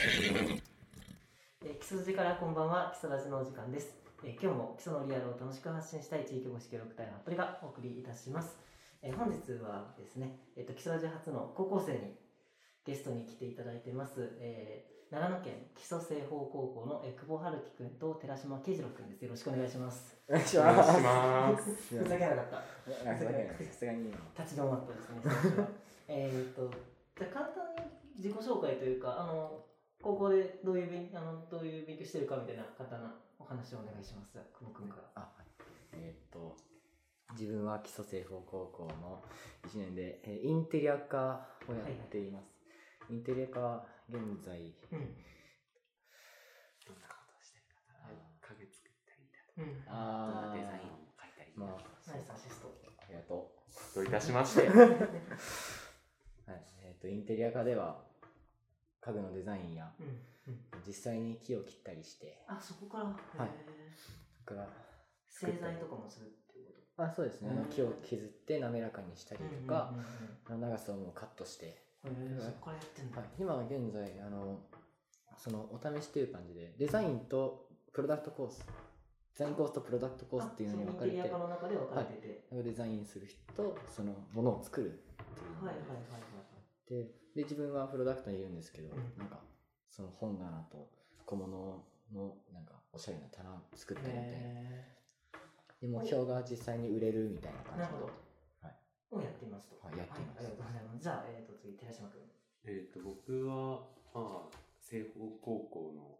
えー基礎筋からこんばんは、基礎ラジのお時間です、えー今日も基礎のリアルを楽しく発信したい地域保守協力隊のアプリがお送りいたします。えー本日はですね、えっ、と、基礎ラジ初の高校生にゲストに来ていただいてます、えー長野県基礎製法高校の、えー久保春樹くんと寺島慶次郎くんです。よろしくお願いします。お願いしお願います。します。いふやざけなかった。あすいませんさすがに今。立ち止まったですね最初 はえーっとじゃあ簡単に自己紹介というかあの高校でどういう勉あのどういう勉強してるかみたいな簡単なお話をお願いします久保君からあ、はい。えーっと、自分は基礎製法高校の1年で、えーインテリア科をやっています。インテリア科は現在、うんどんなことしてるかな。影作ったりだうんあーを描いたりまあ、ナイスアシストありがとどういたしまして。はう。はい。えーっと、インテリア科では、家具のデザインや、うんうん実際に木を切ったりして、 あそこから、はいへーそれから、製材とかもするっていうことあ、そうですね。あのうん木を削って滑らかにしたりとか、あの長さをもうカットして、うんうんうんへーそこからやってんだ、はい、今現在あのそのお試しという感じでデザインとプロダクトコースデザインコースとプロダクトコースっていうのに分かれあそインテてリア科の中で分かれてて、デザインする人とそのものを作るっていうのはがい、はいはいでで自分はプロダクトにいるんですけど、うんなんかその本棚と小物のなんかおしゃれな棚を作っはたいりみたいなへで目標が実際に売れるみたいなー感なじるほどをはいやっていますとはいやっていまありすがとうございますじゃあえっ、と次寺島君えっと、僕は、まあ、西方高校の、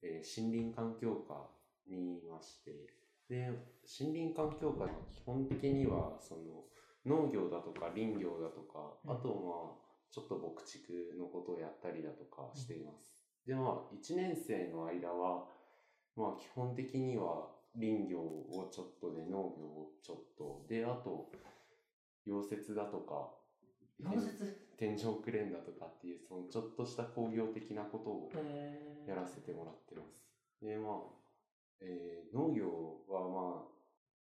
えー森林環境科にいまして、で、森林環境科に基本的には、その、農業だとか林業だとか、うんあとまあ、ちょっと牧畜のことをやったりだとかしています。で、まあ、1年生の間は、まあ、基本的には林業をちょっとで、農業をちょっとで、あと、溶接だとか、溶接天井クレーンだとかっていうそのちょっとした工業的なことをえーやらせてもらってます。でまあ、えー農業はまあ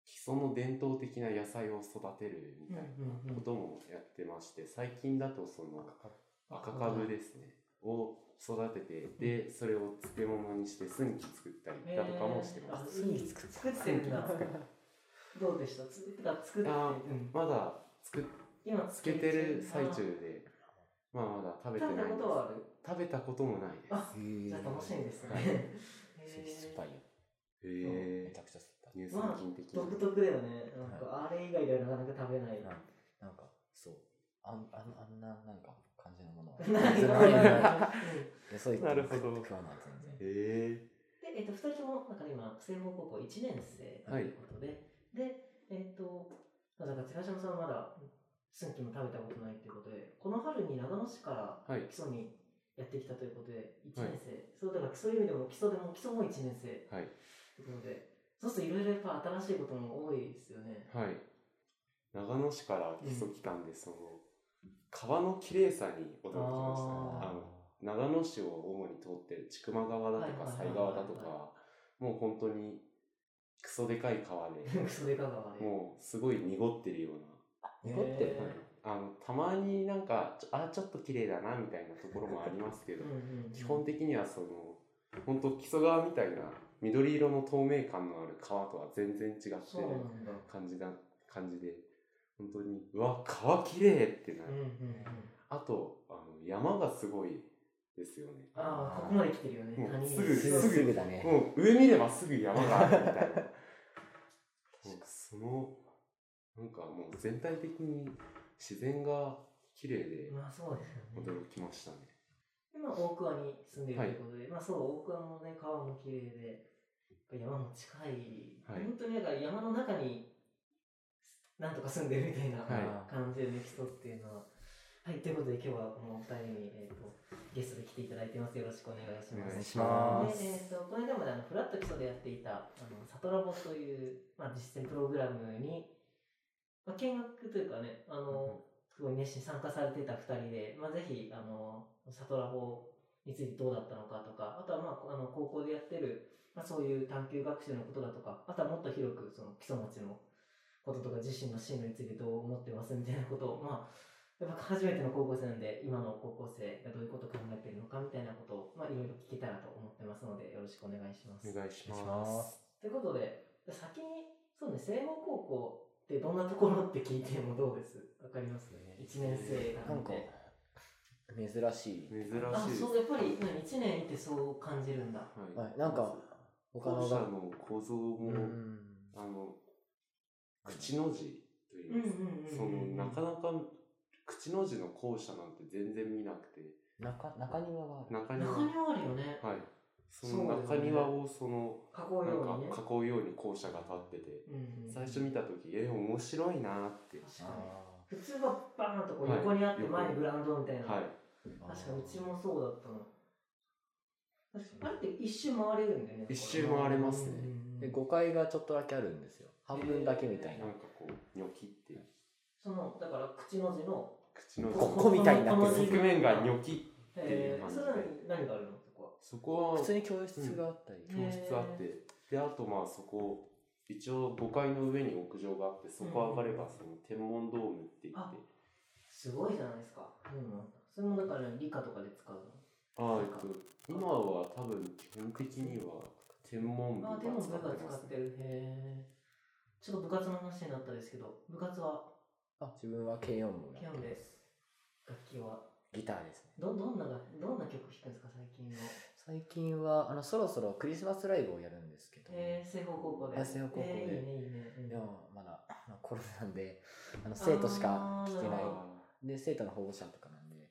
基礎の伝統的な野菜を育てるみうんたいうんうなんこともやってまして最近だとその赤かぶですねを育ててでそれを漬物にしてすんき作ったりだとかもしてまえーす。すぐに作っ作ってるんだどうでしたつてか作って、うあんまだ作っ今つけてる最中でまあまだ食べてな食べたいんこでとはあする食べたこともないです。あへえじゃあ楽しいですね はいへー酸っぱいよ、へめえちゃ。くちゃ酸っぱい乳酸菌的な。独特だよねなんかあれ以外ではなかなか食べない はいなんか、そう。あん、あん、あんな、なんか、感じのものは。 ない全然ないうんよそいってなるほど食わない、全然。えで、えっと、2人ともなんか今西方高校1年生ということで、でえっとまあだから寺島さんはまだ寸期も食べたことないということでこの春に長野市からはい基礎にやってきたということで1はい年生、そうだからそういう意味でも基礎でも基礎も1年生ー、はい。ということでそうするといろいろやっぱ新しいことも多いですよね はい。長野市から基礎来たんで、その、川の綺麗さに驚きましたあね。ーあの長野市を主に通ってる千曲川だとかはいはいはいはい犀川だとか、もう本当にクソでかい川で、 クソデカ川でもうすごい濁ってるような。残ってるへーはいあのたまになんかちょあちょっと綺麗だなみたいなところもありますけどうんうんうん基本的にはその本当木曽川みたいな緑色の透明感のある川とは全然違ってるそうなんだ感じだ感じで本当にうわ川綺麗ってなうんる、うんうんあとあの山がすごいですよねああここまで来てるよねもう谷にすぐすぐ、そうすぐだね。もう上見ればすぐ山があるみ たいなもうそのなんかもう全体的に自然が綺麗でまあそうですよね驚きましたね、でまあ、大桑に住んでいるということで、まあそう、大桑のね、川も綺麗で、やっぱ山も近い、はい本当になんか山の中に、なんとか住んでるみたいなはいあ感じでね、人っていうのは。はい、ということで今日はこのお二人に、えー、とゲストで来ていただいてます。よろしくお願いしおま願す。いしますで、えー、とこの間まであのフラット基礎でやっていたあのサトラボという、まあ、実践プログラムに、まあ、見学というかねあの、すごい熱心に参加されてた2人で、まあ、ぜひあのサトラボについてどうだったのかとかあとは、まあ、あの高校でやってる、まあ、そういう探究学習のことだとかあとはもっと広くその基礎持ちのこととか自身の進路についてどう思ってますみたいなことを、まあ、やっぱ初めての高校生なんで、今の高校生がどういうことを考えているのかみたいなことを、まあ、いろいろ聞けたらと思ってますので、よろしくお願いします。お願いしお願いしまます。ということで、先に、そうね、聖望高校ってどんなところって聞いてもどうですわかりますね。1年生がなんかて。珍しい珍しいです。あ、そう、やっぱり1年いてそう感じるんだ。ははいなんか他の校舎がの構造うも、んあの、口の字といいうんうんますか、うんうん。その、なかなか、口の字の校舎なんて全然見なくて、中中庭がある中庭、中は庭あるよね。い。その中庭をその、囲うなようにんねか。囲うように校舎が立ってて、うんうん最初見た時え、面白いなって。確かに。あ普通はバーンとこう横にあってはい前にブランドみたいな、はい。ー確かうちもそうだったの確かあれって一周回れるんだよね一周回れますうねんうんうんで5階がちょっとだけあるんですよ半分だけみたいな、なんかこう、ニョキって、そのだから口の字の、口のここみたいになってる側面がニョキえー、ってそいうれは感何があるのそこそこは普通に教室があったり、う教ん室あって、であとまあそこ一応5階の上に屋上があってそこ上がればその天文ドームって言って、あはすごいじゃないですかうんそれもだから理科とかで使うのああえっと今は多分基本的には天文部があでも部使がってま使っすてるへえちょっと部活の話になったんですけど部活はあ自分は軽音部キャやっンてでます楽器はギターですねどどんながどんな曲弾くんですか最近の最近はあのそろそろクリスマスライブをやるんですけど、えー、西方高校であ西方高校でえーいいねいいね、うんでもまだあのコロナ なんであの生徒しか来てあなーあいで生徒の保護者とかなんで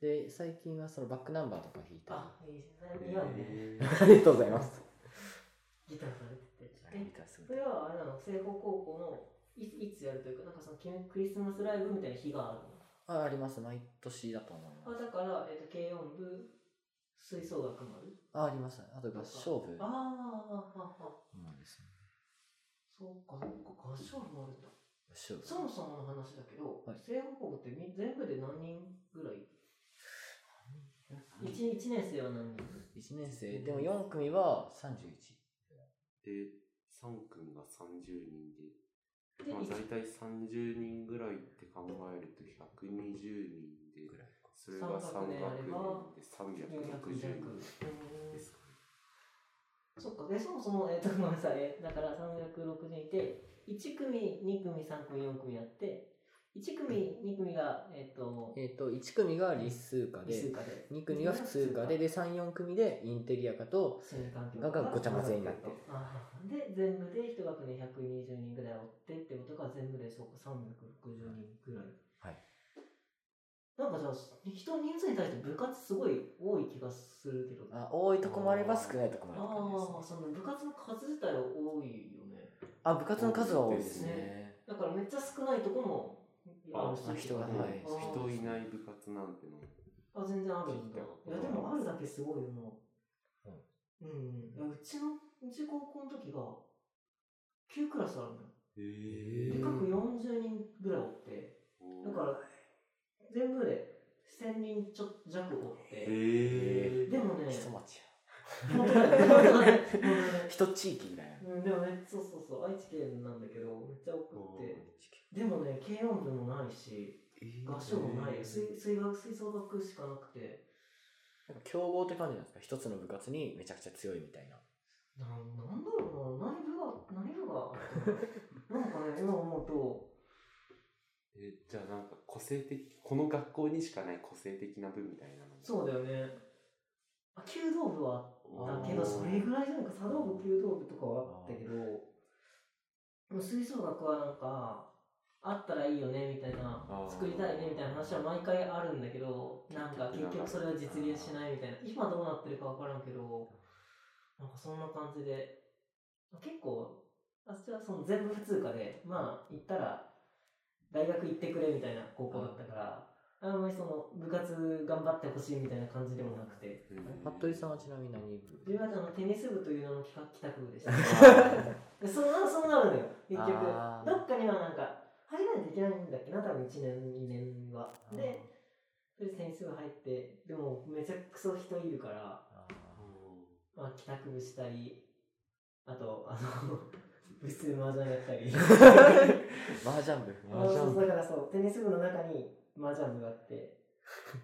で最近はそのバックナンバーとか弾いあた、いいですあね。似合うね。えりありがとうございますギターされてて。ギえ、ターすそごいれはあれなの、西方高校のいいつやるというか、なんかそのきクリスマスライブみたいな日があるああります毎年だと思いまの。あ、すだから、えっ、と、軽音部、吹奏楽もある。あありますあと合唱部あーあー、あーあー、なんですねそうか、そうか、合唱部もあるんだ。合唱部そもそもの話だけど、はい西方高校ってみ全部で何人ぐらいー 1, 一年生は何人1年生でも4組は31で3君が30人でで、まあ、一大体30人ぐらいって考えると120人でぐらいかそれが三学3年あれば学年で400 360弱。人うんですかねそっか、で、そもそも、えっ、と、ごめんなさい、えだから360人いて、1組、2組、3組、4組やって、1組、2組が、えっ、と、えっ、と1組が理数科理数で科で、 2組が普通科でで34組でインテリア科と数理環境ががごちゃ混ぜになってるあーで、全部で1学年120人ぐらい追ってってことが、全部でそうか、360人ぐらい。はい。なんかじゃあ、人の人数に対して部活すごい多い気がするけど、ああ多いとこもあれば少ないとこもあある感じでー、すねその部活の数自体は多いよね。あ部活の数は多いです多いですねだからめっちゃ少ないとこもあるしまあ人があはい人いない部活なんてのあ全然あるんだい聞いたことなやいでもあるだけすごいよなうん、うん、いやうちのうち高校の時が9クラスあるのよへでー各40人ぐらいおってだから全部で1000人ちょ弱おってえでもね一町本当だよ本当だよ本当だよや一地域みたいな うんでもねそうそうそう愛知県なんだけどめっちゃ多くってでもね軽音部もないし合唱もないよ水水学吹奏楽しかなくてなんか強豪って感じなんですか一つの部活にめちゃくちゃ強いみたいなななんだろうな何部が何部があったのなんかね今思うとえじゃあなんか個性的この学校にしかない個性的な部みたいなのそうだよねあ弓道部はあったけどあーそれぐらいじゃないか茶道部弓道部とかはあったけどもう吹奏楽はなんかあったらいいよねみたいなあー作りたいねみたいな話は毎回あるんだけどなんか結局それは実現しないみたいな今どうなってるか分からんけどなんかそんな感じで結構あっちはその全部普通科でまあ行ったら大学行ってくれみたいな高校だったから、あんまりその部活頑張ってほしいみたいな感じでもなくて服部さんはちなみに何自部分はあのテニス部という名の帰宅部で したあでそんなそうなるのよ結局あーどっかにはなんか入らないといけないんだっけな多分1年2年はでそれでテニス部入ってでもめちゃくそ人いるからあまあ、帰宅部したり、あと、あの、 部室で麻雀やったり。ー麻雀部あの麻雀部そうだからそう、テニス部の中に麻雀部があって、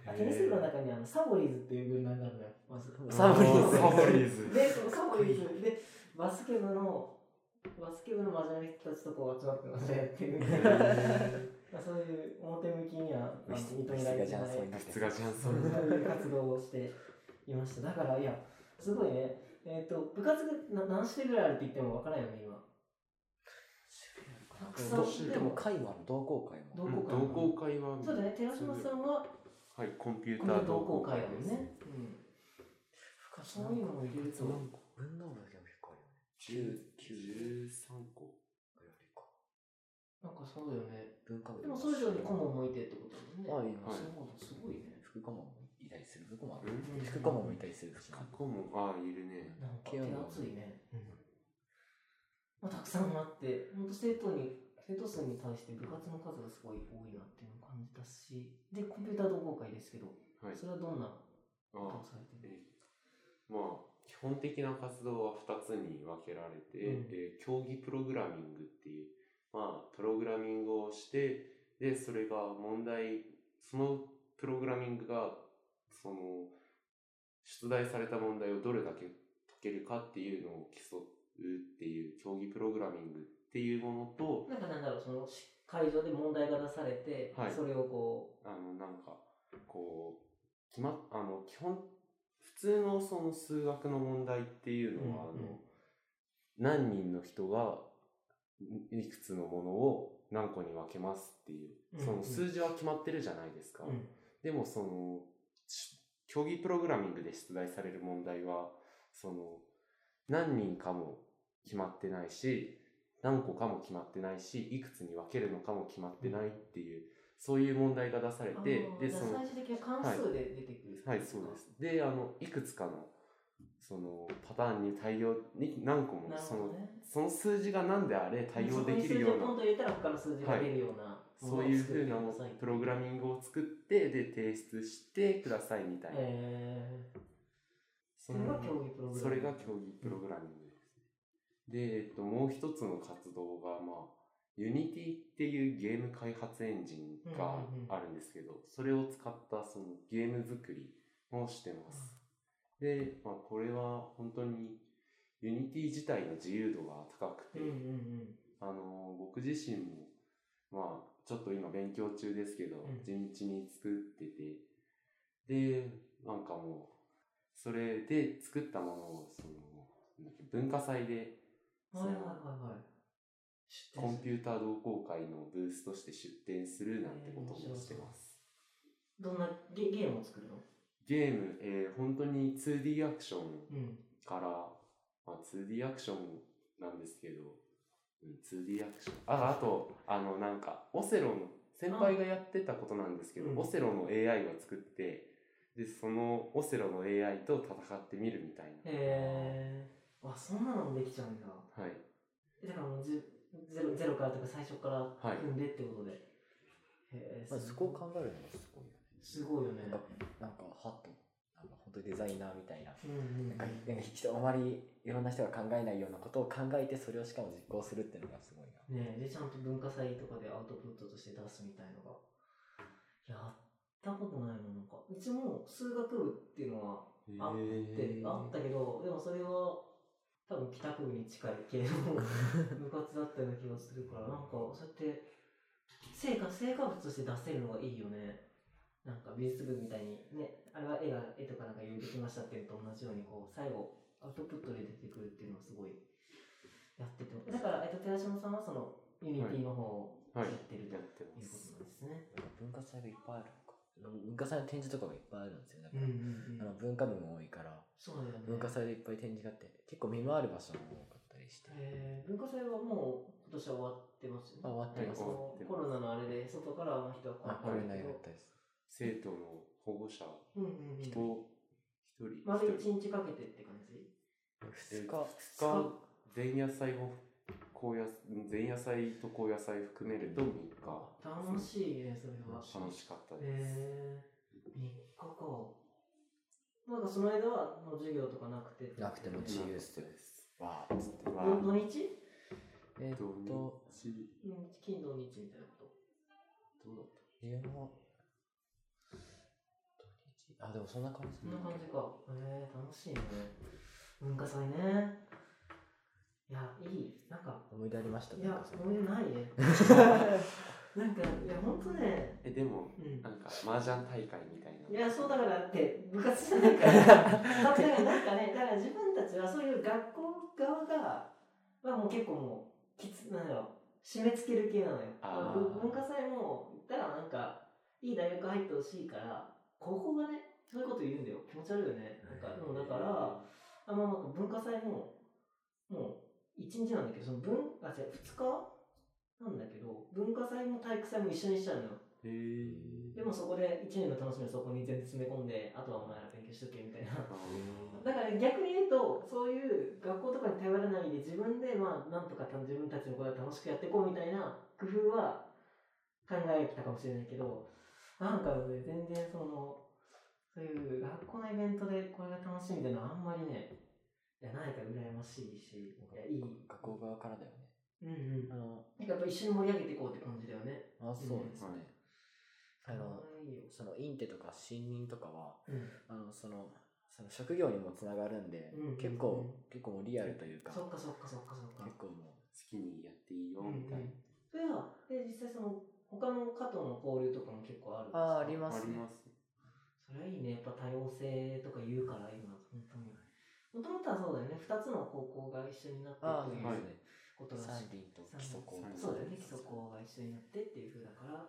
あテニス部の中にあのサボリーズっていう軍団があるのよ。まずサボリーズサボリーズ。で、そのサボリーズで、バスケ部の、バスケ部の真面目な人たちとこう集まってまでやってるんで、まあそういう表向きにはまあ認められてない、そういさすがジャンソン。う活動をしていました。だから、いや、すごいね、えっ、と、部活がな何種類ぐらいあるって言ってもわからないよね、今。たくさんでも会もある同好会同も好会同好会は。そうだね、寺島さんは、はい、コンピューこタのー同同好好会会だでもんすね。。うんそういうのも入れると何個文能力が結構あるよね19十三個。ぐらいかなんかそうだよね。文化部でもそれ以上に顧問もいてってことだもんね。あいまそすうだ、すごいね。副顧問もいたりする副顧問あうるん。副顧問もいたりする過去も、ああ、いるね。なんか手厚いね。まあ、たくさんあって、本当生徒に、生徒数に対して部活の数がすごい多いなっていうのを感じたし、で、コンピューター同好会ですけど、はい。それはどんなあことあをされてるえーまあ基本的な活動は2つに分けられて、うんえー競技プログラミングっていう、まあ、プログラミングをしてでそれが問題そのプログラミングがその出題された問題をどれだけ解けるかっていうのを競うっていう競技プログラミングっていうものとなんかなんだろう、そのし会場で問題が出されて、はいそれをこあのなんかこう決まっあの基本普通のその数学の問題っていうのは、うんうんあの何人の人がんいくつのものを何個に分けますっていううんうんその数字は決まってるじゃないですか、う、うん、でもそのし競技プログラミングで出題される問題はその何人かも決まってないし何個かも決まってないしいくつに分けるのかも決まってないっていうそういう問題が出されあてーでじゃあその最終的な関数で出てくる、はい、そうです。で、あの、いくつかの、その、パターンに対応、に何個も、なるそほどの、ね。その数字が何であれ対応でそこにきるよう数字をポンな、と入れたら他の数字が出るような、そういうふうなものを作ってくださいプログラミングを作って、で、提出してくださいみたいな。えー、そそれのが競技プログラムそれが競技プログラミングですね。で、えっと、もう一つの活動が、まあ、Unity っていうゲーム開発エンジンがあるんですけど、それを使ったそのゲーム作りをしてます。で、まあ、これは本当に Unity 自体の自由度が高くて、うんうんあの、僕自身も、まあ、ちょっと今勉強中ですけどうん、地道に作ってて、で、なんかもう、それで作ったものを、その、なんだっけ文化祭で、うん。はそういはいはいはい。知ってコンるピューター同好会のブースとして出展するなんてこともしてます。どんなゲゲームを作るのゲーム、えー本当に 2D アクションうん。から、まあ、2D アクションなんですけど、うん、2D アクション。あ、あと、あの、なんか、オセロの、先輩がやってたことなんですけど、うんオセロの AI を作って、で、そのオセロの AI と戦ってみるみたいな。えー、あ、そんなのもできちゃうんだ。はい。えだからもうじゼロゼロからとか最初からい組んでってことで。へーまあすそごいこを考えるのがすごいよねすごいよねなん。かなんかハッとなんか本当にデザイナーみたいなうんうんうなんんかなんか人あまりいろんな人が考えないようなことを考えてそれをしかも実行するっていうのがすごいなねえでちゃんと文化祭とかでアウトプットとして出すみたいのがやったことないのなんかうちも数学部っていうのはあってあったけどでもそれは多分帰宅部に近い系の部活だったような気がするからなんかそうやって成果成果物として出せるのがいいよねなんか美術部みたいにねあれは絵が絵とかなんか用意できましたっていうのと同じようにこう最後アウトプットで出てくるっていうのはすごいやっててだから、えっと、寺島さんはそのユニティの方をやはっい。やてるというこってとなんま。ですすね、なんか文化祭がいっぱいあるのか文化祭の展示とかがいっぱいあるんですよだかうんら、うんうあのん文化部も多いからそうだよね文化祭でいっぱい展示があって結構見回る場所も多かったりして、えー文化祭はもう今年は終わってますよね。あ終わってますその終わってますコロナのあれで外からあの人は来なあかこれったなけいかどっ。たです生徒の保護者うんうんうん。と一人、丸一一人、日かけてって感じ。 2日2日、前夜祭を、高野前夜祭と高野祭含めると3日。楽しいねそれは。楽しかったです。えー、三日か。なんかその間はもう授業とかなくて。なくても自由っすよです。わーっつってわど土日？えーっ土日とうん金土日みたいなこと。どうだっ自分もあ、でもそんな感そじんな感じか。えー、楽しいね。文化祭ね。いや、いい。なんか、思い出ありましたいや、思い出ないね。なんか、いや、ほんとね。えでもうんなんか麻雀大会みたいいなや、そうだからって、部活じゃない から、部活だからなんかね、だから自分たちはそういう学校側が、まあもう結構もう、きつ、なんだろう、締め付ける系なのよ。あーぶ文化祭も、だからなんか、いい大学入ってほしいから、高校がね、そういうこと言うんだよ。気持ち悪いよね。なんか、でもだから、あまあ、なんか文化祭も、もう、一日なんだけど、その文、あ、違う、二日なんだけど、文化祭も体育祭も一緒にしちゃうのよ。へでもそこで1年の楽しみをそこに全然詰め込んで、あとはお前ら勉強しとけみたいな。 だから逆に言うと、そういう学校とかに頼らないで自分でまあなんとかた自分たちのことは楽しくやっていこうみたいな工夫は考えてたかもしれないけど、なんかね全然その、そういう学校のイベントでこれが楽しいみたいなのはあんまりね、いや、ないから羨ましいし、いや、いい。学校側からだよね。うんうん。あの、なんかやっぱ一緒に盛り上げていこうって感じだよね。あ、そうですね。あの、可愛いよ。そのインテとか新任とかは、うん。あの、その、その職業にもつながるんで、うん結うん、構結構もうリアルというか、そっかそっかそっかそっか。結構も好きにやっていいよみたいうな、んそれは、で、実際その、他の加藤の交流とかも結構あるんですう、かああ、ありあますね。りますそれはいいね。やっぱ多様性とか言うから、今、本当に。もともとはそうだよね。二つの高校が一緒になってああ、とそいううですね。はいことらし三い。輪と基礎校三輪そうだよね。基礎校が一緒になってっていう風だから、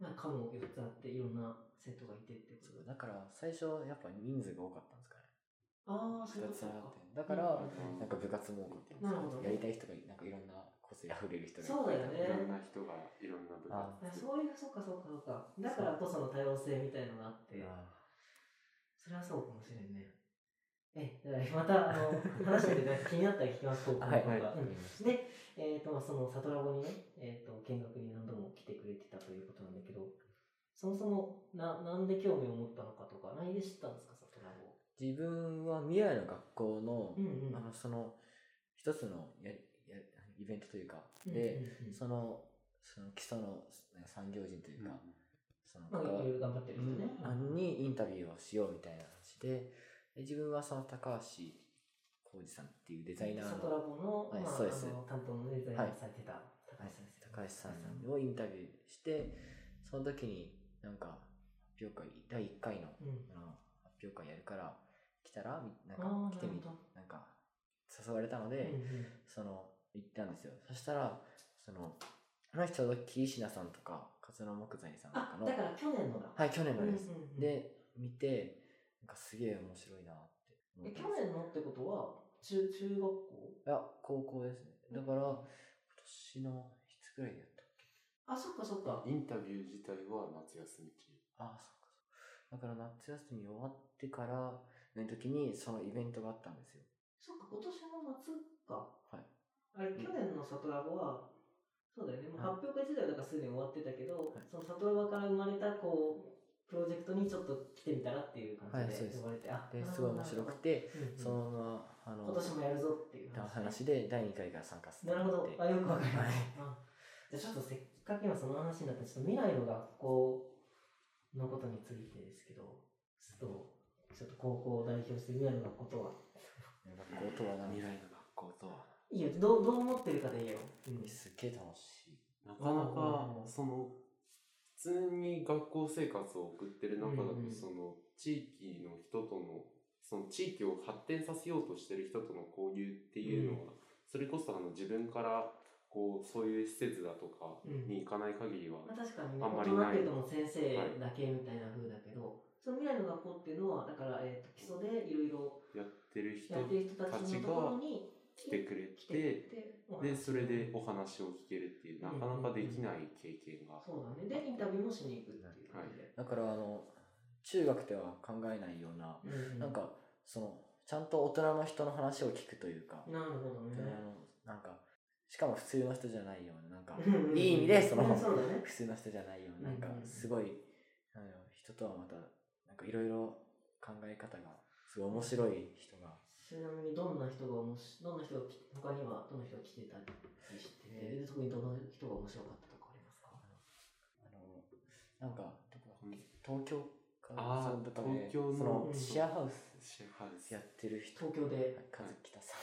まあ、科も4つあって、いろんな生徒がいてってこそとうだ。だから最初やっぱ人数が多かったんですかね。ああ、そういうこ二つとか。あってだからうんなんか部活も多かったんですなるほどやりたい人がなんかいろんな個性あふれる人がそうだよいろねんな人がいろんな部ああ活そういう、そっかそっかそっか。だからこその多様性みたいのがあって。それはそうかもしれんね。え、じゃあまた、あの、話して て、気になったら聞きます、高校はのい方はいが。わかうんりましたで、えっ、と、まあ、その、里ラボにね、えっ、と、見学に何度も来てくれてたということなんだけど、そもそも、な、なんで興味を持ったのかとか、何で知ったんですか、里ラボ。自分は未来の学校のうんうん。あのその一つのややイベントというかうんで、うんうんそのその基礎の産業人というかそのまあ、い関わろいろ頑張ってる人ね。あにインタビューをしようみたいな話でで自分はその高橋浩二さんっていうデザイナー里のラボの、はいまあ、そうですあの担当のデザインをされてた、高はい橋さんですね高橋さんをインタビューしてその時になんか発表会第1回のうん。あの発表会やるから来たらみなんあーか来てみなるほなんか誘われたので、うんうんその行ったんですよそしたらそのあの人ちょうど岸名さんとか勝野木材さんとかあ、のだから去年のだ。はい去年のです、うんうんうんで見てなんかすげえ面白いなって思えって去ます年のってことは中中学校いや高校ですねだから今年のいつぐらいでやったあそっかそっかインタビュー自体は夏休み中ああ、そっかそっか。だから夏休み終わってからの時にそのイベントがあったんですよ。そっか今年の夏かはいあれん去年の里ラボはそうだよねもうはい発表会自体はだからすでに終わってたけど、はいその里ラボから生まれたこうプロジェクトにちょっと来てみたらっていう感はいじでそうで呼すばれて、であ、すごい面白くて、なるほど、うんうん今そのまま、あの、年もやるぞっていう話で第2回から参加すなるほどってあよくわかりまはすいじゃあちょっとせっかく今その話になったちょっと未来の学校のことについてですけどちょっとちょっと高校を代表して未来の学校とは学校とは何未来の学校とはいいよどうどう思ってるかでいいよ、うんすっげえ楽しい。なかなかうんその普通に学校生活を送ってる中だと、うんうんその地域の人とのその地域を発展させようとしてる人との交流っていうのは、それこそあの自分からこうそういう施設だとかうんに行かない限りは、まあ、確かにねあん大まり人ないっていうともう先生だけみたいな風だけど、その未来の学校っていうのはだから、えー、と基礎でいろいろやってる人やってる人たたちちのところがに来てくれ来てお話でをそれでお話を聞けるっていうなかなかできない経験が、そうだねでインタビューもしに行くっていう感じで、だから、あの、中学では考えないような、うんうんなんか、その、ちゃんと大人の人の話を聞くというか、なるほどねあのなんか、しかも普通の人じゃないような、なんか、うんうんいい意味で、その、うんそうだね普通の人じゃないようななんかうんうんすごいあの人とはまたなんかいろいろ考え方がすごい面白い人がちなみにどんな人が面白どんな人が来他にはどんな人が来てたりして、え特にどの人が面白かったとかありますかあのなんかどこだっけうん東京からあそーの多分ね東京のそのうんシェアハウスシェフハウスやってる人東京ではい和樹田さん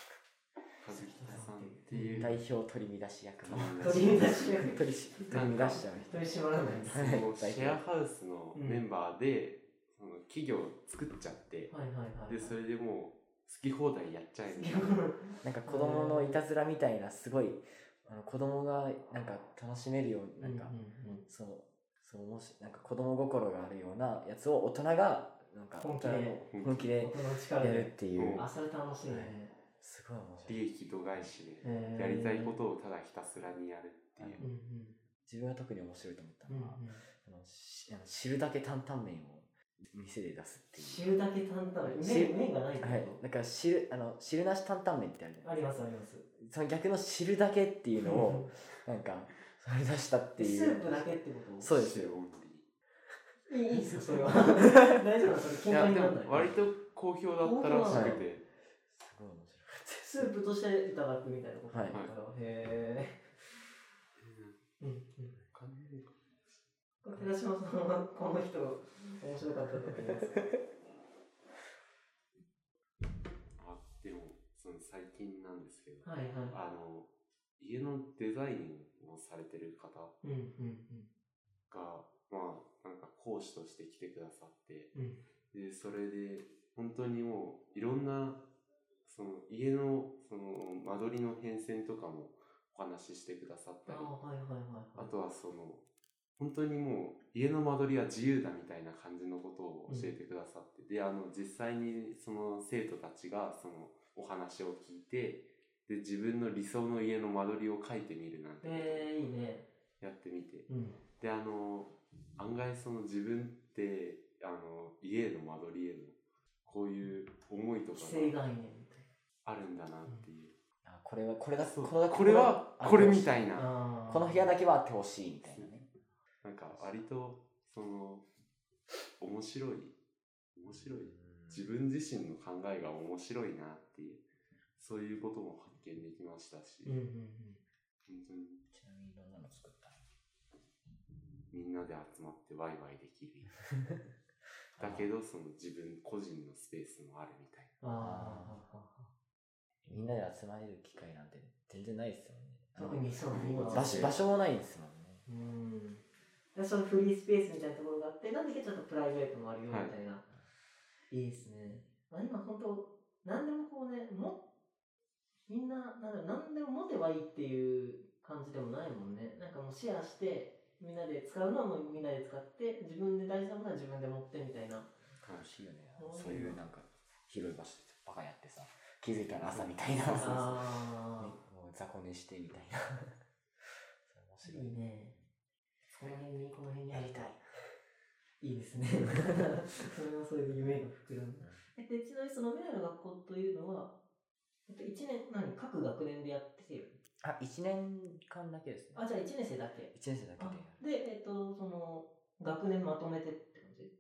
和樹さんっていうが代表取り乱し役の取り乱し役取りし取り乱しちゃう人に絞らないんですそはのいシェアハウスのメンバーで、その企業作っちゃって、はいはいでそれでもう好き放題やっちゃえ みたいなは人なんか子供のいたずらみたいなすごいあの子供がなんか楽しめるようないなんか、そうそうもしなんか子供心があるようなやつを大人がなんか本気で大人の本気で僕のや力るっでていうあそれ楽しいねすごい面白い利益度外視でへーやりたいことをただひたすらにやるっていうう、んうん自分が特に面白いと思ったうんうのんは、あのしあの汁だけ担々麺を店で出すっていう汁だけ担々麺汁麺麺がないってはいこだから汁あの汁なし担々麺ってあるじゃとあなりいでますありますすかその逆の汁だけっていうのをなんかそれ出したっていうスープだけってことそうですよオンリーいいいいですかそれは大丈夫そいれ喧嘩やにでならないも割と好評だったらしすごい面白かくて、ったですスープとしていただくみたいなことだはかいら、へえ、うんうん、寺島さんはこの人面白かったと思いますかあでもその最近なんですけど、はいはあの家のデザインをされてる方いうんうんがまあなんか講師として来てくださって、うんでそれで本当にもういろんなその家のその間取りの変遷とかもお話ししてくださっあたりあはいはいはいあはいとはその本当にもう家の間取りは自由だみたいな感じのことを教えてくださって、であの実際にその生徒たちがそのお話を聞いてで自分の理想の家の間取りを書いてみるなんてこえー、いいねとやってみて、うんであの案外その自分ってあの家への間取りへのこういう思いとか規制が概念あるんだなっていう、あこれはこれだそうこれだこれはこれみたいなあこの部屋だだけはあってほしいみたいなねなんか割とその面白い面白い自分自身の考えが面白いなっていうそういうことも発見できましたし、うんうん本当にちなみにいろんなの作ったみんなで集まってワイワイできるだけどその自分個人のスペースもあるみたいうんああみんなで集まれる機会なんて全然ないですよねあの特にそう今は場所場所もないんですもんねうんでそのフリースペースみたいなところがあってなんだけちょっとプライベートもあるよみはいたいな、い、いですね、まあ、今本当何でもこうねもみんななんだろう何でも持てばいいっていう感じでもないもんねなんかもうシェアしてみんなで使うのはもうみんなで使って自分で大事なものは自分で持ってみたいな楽しいよねうんそういうなんか広い場所でバカやってさ気づいたら朝みたいなそうそうそうあねもう雑魚寝してみたいなあそれいい面ねこの辺にこの辺に白いやりたい いいですねそれはそれで夢が膨らむえっと、ちなみにその未来の学校というのは、えっと、1年、何、各学年でやってる。あ一1年間だけですねあ、じゃあ1年生だけ。 1年生だけあでで、えっと、その、学年まとめてって感じ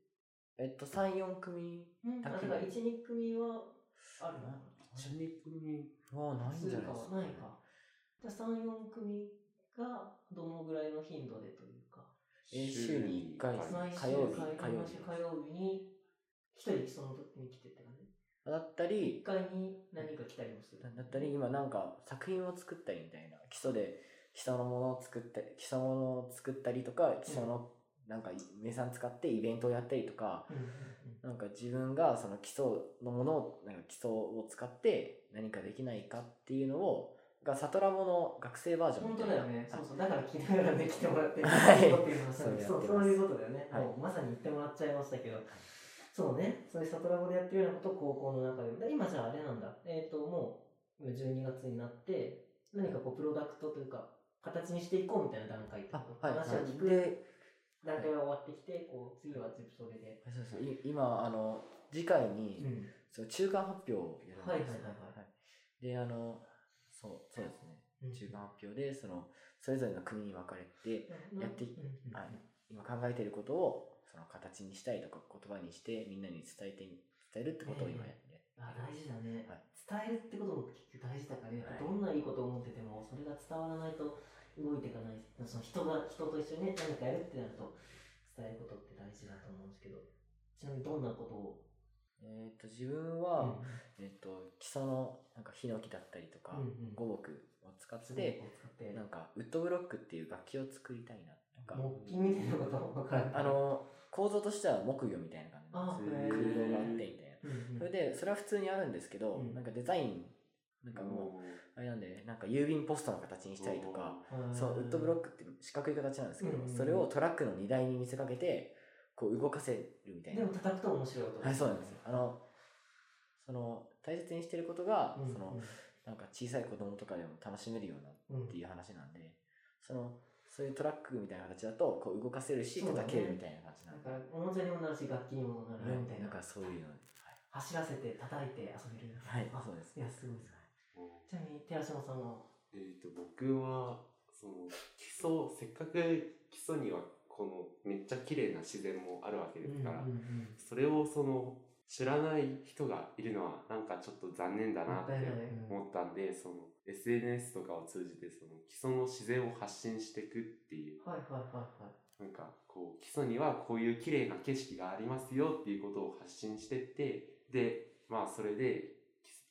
えっと34組うん。あ、だだけから1、2組はあるな。なちなみにはないんじゃないです数かはないか。じゃあ3、4組がどのぐらいの頻度でというか、え週に一回はい毎週火曜日火火曜曜日日火曜日に、1人その時に来てって感じ。だった1り回に何か来たりもする。だったり今なんか作品を作ったりみたいな基礎で基礎のものを作ったり基礎ものを作ったりとか基礎のなんか名産使ってイベントをやったりとかうんうんなんか自分がその基礎のものをなんか基礎を使って何かできないかっていうのをがサトラボの学生バージョ本ン当みだたいなよね。そうはいそう。だから聞いながらね、来てもらって、はいそういうことっていう話そそうやってますう、そういうことだよね。はいもうまさに言ってもらっちゃいましたけど。そうね。そういうサトラボでやってるようなことを高校の中で。で今じゃああれなんだ。えっ、と、もう12月になって、何かこう、プロダクトというか、形にしていこうみたいな段階ってこあと。はい、はい話を聞くで段階が終わってきて、こう、次は全部それで。そうそうい今あの次回に、うん。その中間発表をやるんですよはいはいはいはいいであのそうそうですねうん中間発表でそのそれぞれの国に分かれてやっていうんうんはい今考えていることをその形にしたいとか言葉にしてみんなに伝えて伝えるってことを今やって、あ大事だね、はい伝えるってことも結局大事だから、やっぱはいどんないいことを思っててもそれが伝わらないと動いていかないその人が人と一緒にね何かやるってなると伝えることって大事だと思うんですけどちちなみにどんなことをえっ、と、自分うはん、えっ、と、基礎の、なんか、ヒノキだったりとかうんうん、五木を使っすて、ごい使ってなんか、ウッドブロックっていう楽器を作りたいな。なんか、木琴みたいなことわからないあ、の、構造としては木魚みたいな感じなんですあよへ空ー洞があってみたいな。うんうんそれで、それは普通にあるんですけど、うんなんかデザイン、なんかもう、あれなんで、なんか郵便ポストの形にしたりとか、そう、ウッドブロックって四角い形なんですけど、うんうんうんそれをトラックの荷台に見せかけて、こう動かせるみたいでなも。叩くと面白いことはい、そうなんですよ。あの、その、大切にしてることが、うんうんその、なんか小さい子供とかでも楽しめるようなっていう話なんで、その、そういうトラックみたいな形だと、こう動かせるし、そうだね叩けるみたいな感じなだんで。からおもちゃにもなるし楽器にもなるみたいなだからそういうので。走らせて叩いて遊べるはい、あそうですい。やすごいですねちなみに寺島さんはえー、と僕はその基礎せっかく基礎にはこのめっちゃ綺麗な自然もあるわけですかうんら、うんうんそれをその知らない人がいるのはなんかちょっと残念だなってもったいない思ったんでその SNS とかを通じてその基礎の自然を発信していくっていうはいはいはいはいなんかこう基礎にはこういう綺麗な景色がありますよっていうことを発信してってでまあそれで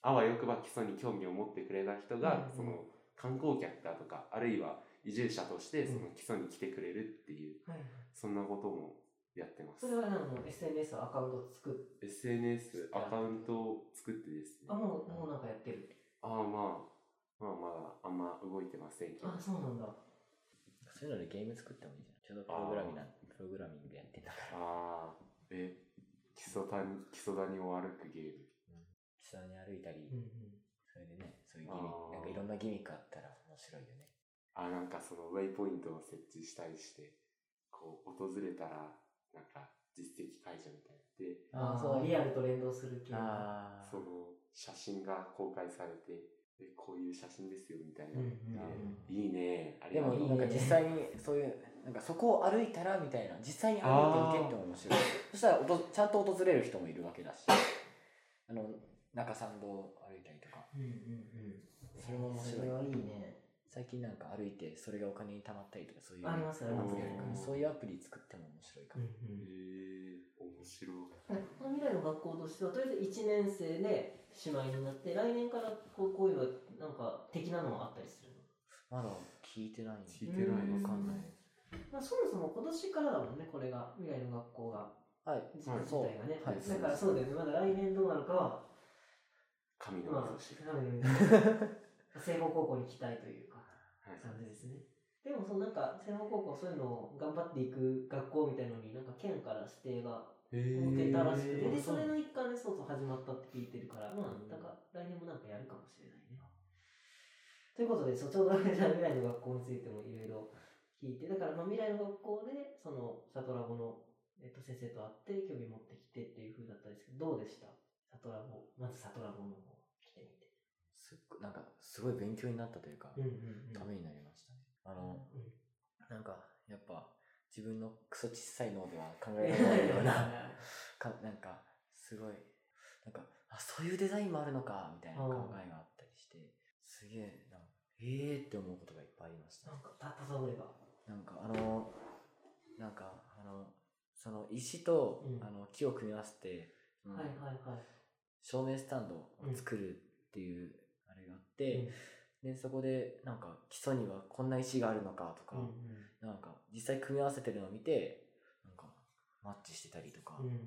あわよくば基礎に興味を持ってくれた人が、うんその観光客だとかあるいは移住者としてその基礎に来てくれるっていう、はいはいそんなこともやってますそれは何の SNS アカウント作っ SNS アカウントを作ってですねあもうもうなんかやってるああまあまあまだあんま動いてませんけどあそうなんだそういうのでゲーム作ってもいいじゃん。ちょうどプログラミングな、プログラミングやってんだから。ああえ基礎谷基礎谷を歩くゲーム基礎に歩いたり、うんうんそれでね、そういうギミあック、ーなんかいろんなギミックあったら面白いよね。あ、なんかそのウェイポイントを設置したりして、こう、訪れたら、なんか実績解除みたいなで、あああーそうリアルと連動する系あその写真が公開されて、でこういう写真ですよみたいうな。んうんでいいね、ありでがともう。いいなんかね実際にそういう、なんかそこを歩いたらみたいな、実際に歩いてみてっても面白い。そしたらおとちゃんと訪れる人もいるわけだし、あの、中山道を歩いたりとか、うんうんうんそれも面それ白はいい。いね最近なんか歩いて、それがお金に貯まったりとか、そういう。ありますありますやるからうんそういうアプリ作っても面白いかうもん。うんへえ面白い。この未来の学校としてはとりあえず1年生で姉妹になって来年からこうこういうのなんか的なのはあったりするの、まだ聞いてないん聞いで。てないでわすかんないね。です。まあ、そもそも今年からだもんねこれが未来の学校がはい。自はい自体がね、はいだからそうだよねまだ来年どうなるかは神のまあ味噌汁。なので 聖望高校に期待というかはい感じですねでもそのなんか聖望高校そういうのを頑張っていく学校みたいのになんか県から指定が持ってたらしくて、へえでそれの一環でそうそう始まったって聞いてるから、まうあ、んだから来年もなんかやるかもしれないね。ということで、そうちょうどじゃあ未来の学校についてもいろいろ聞いて、だからまあ未来の学校で、その、サトラボの、えっと、先生と会って、興味持ってきてっていう風だったんですけど、どうでしたサトラボ、まずサトラボの方来てみて。すっごなんか、すごい勉強になったというか、んた めになりましたね。ああの、なんか、やっぱ、自分のクソ小さい脳では考えられないような、かなんか、すごい、なんか、あ、そういうデザインもあるのか、みたいな考えがあったりして、すげえ、なんか、えーって思うことがいっぱいありましたなん。か、た、た例えば。なんか、あの、なんか、あの、その石と、うんあの木を組み合わせて、うんはいはいはい。照明スタンドを作るっていう、あれがあって、で、そこで、なんか、基礎にはこんな石があるのかとか、うんなんか実際組み合わせてるのを見てなんかマッチしてたりとか、うんうんうんうんうん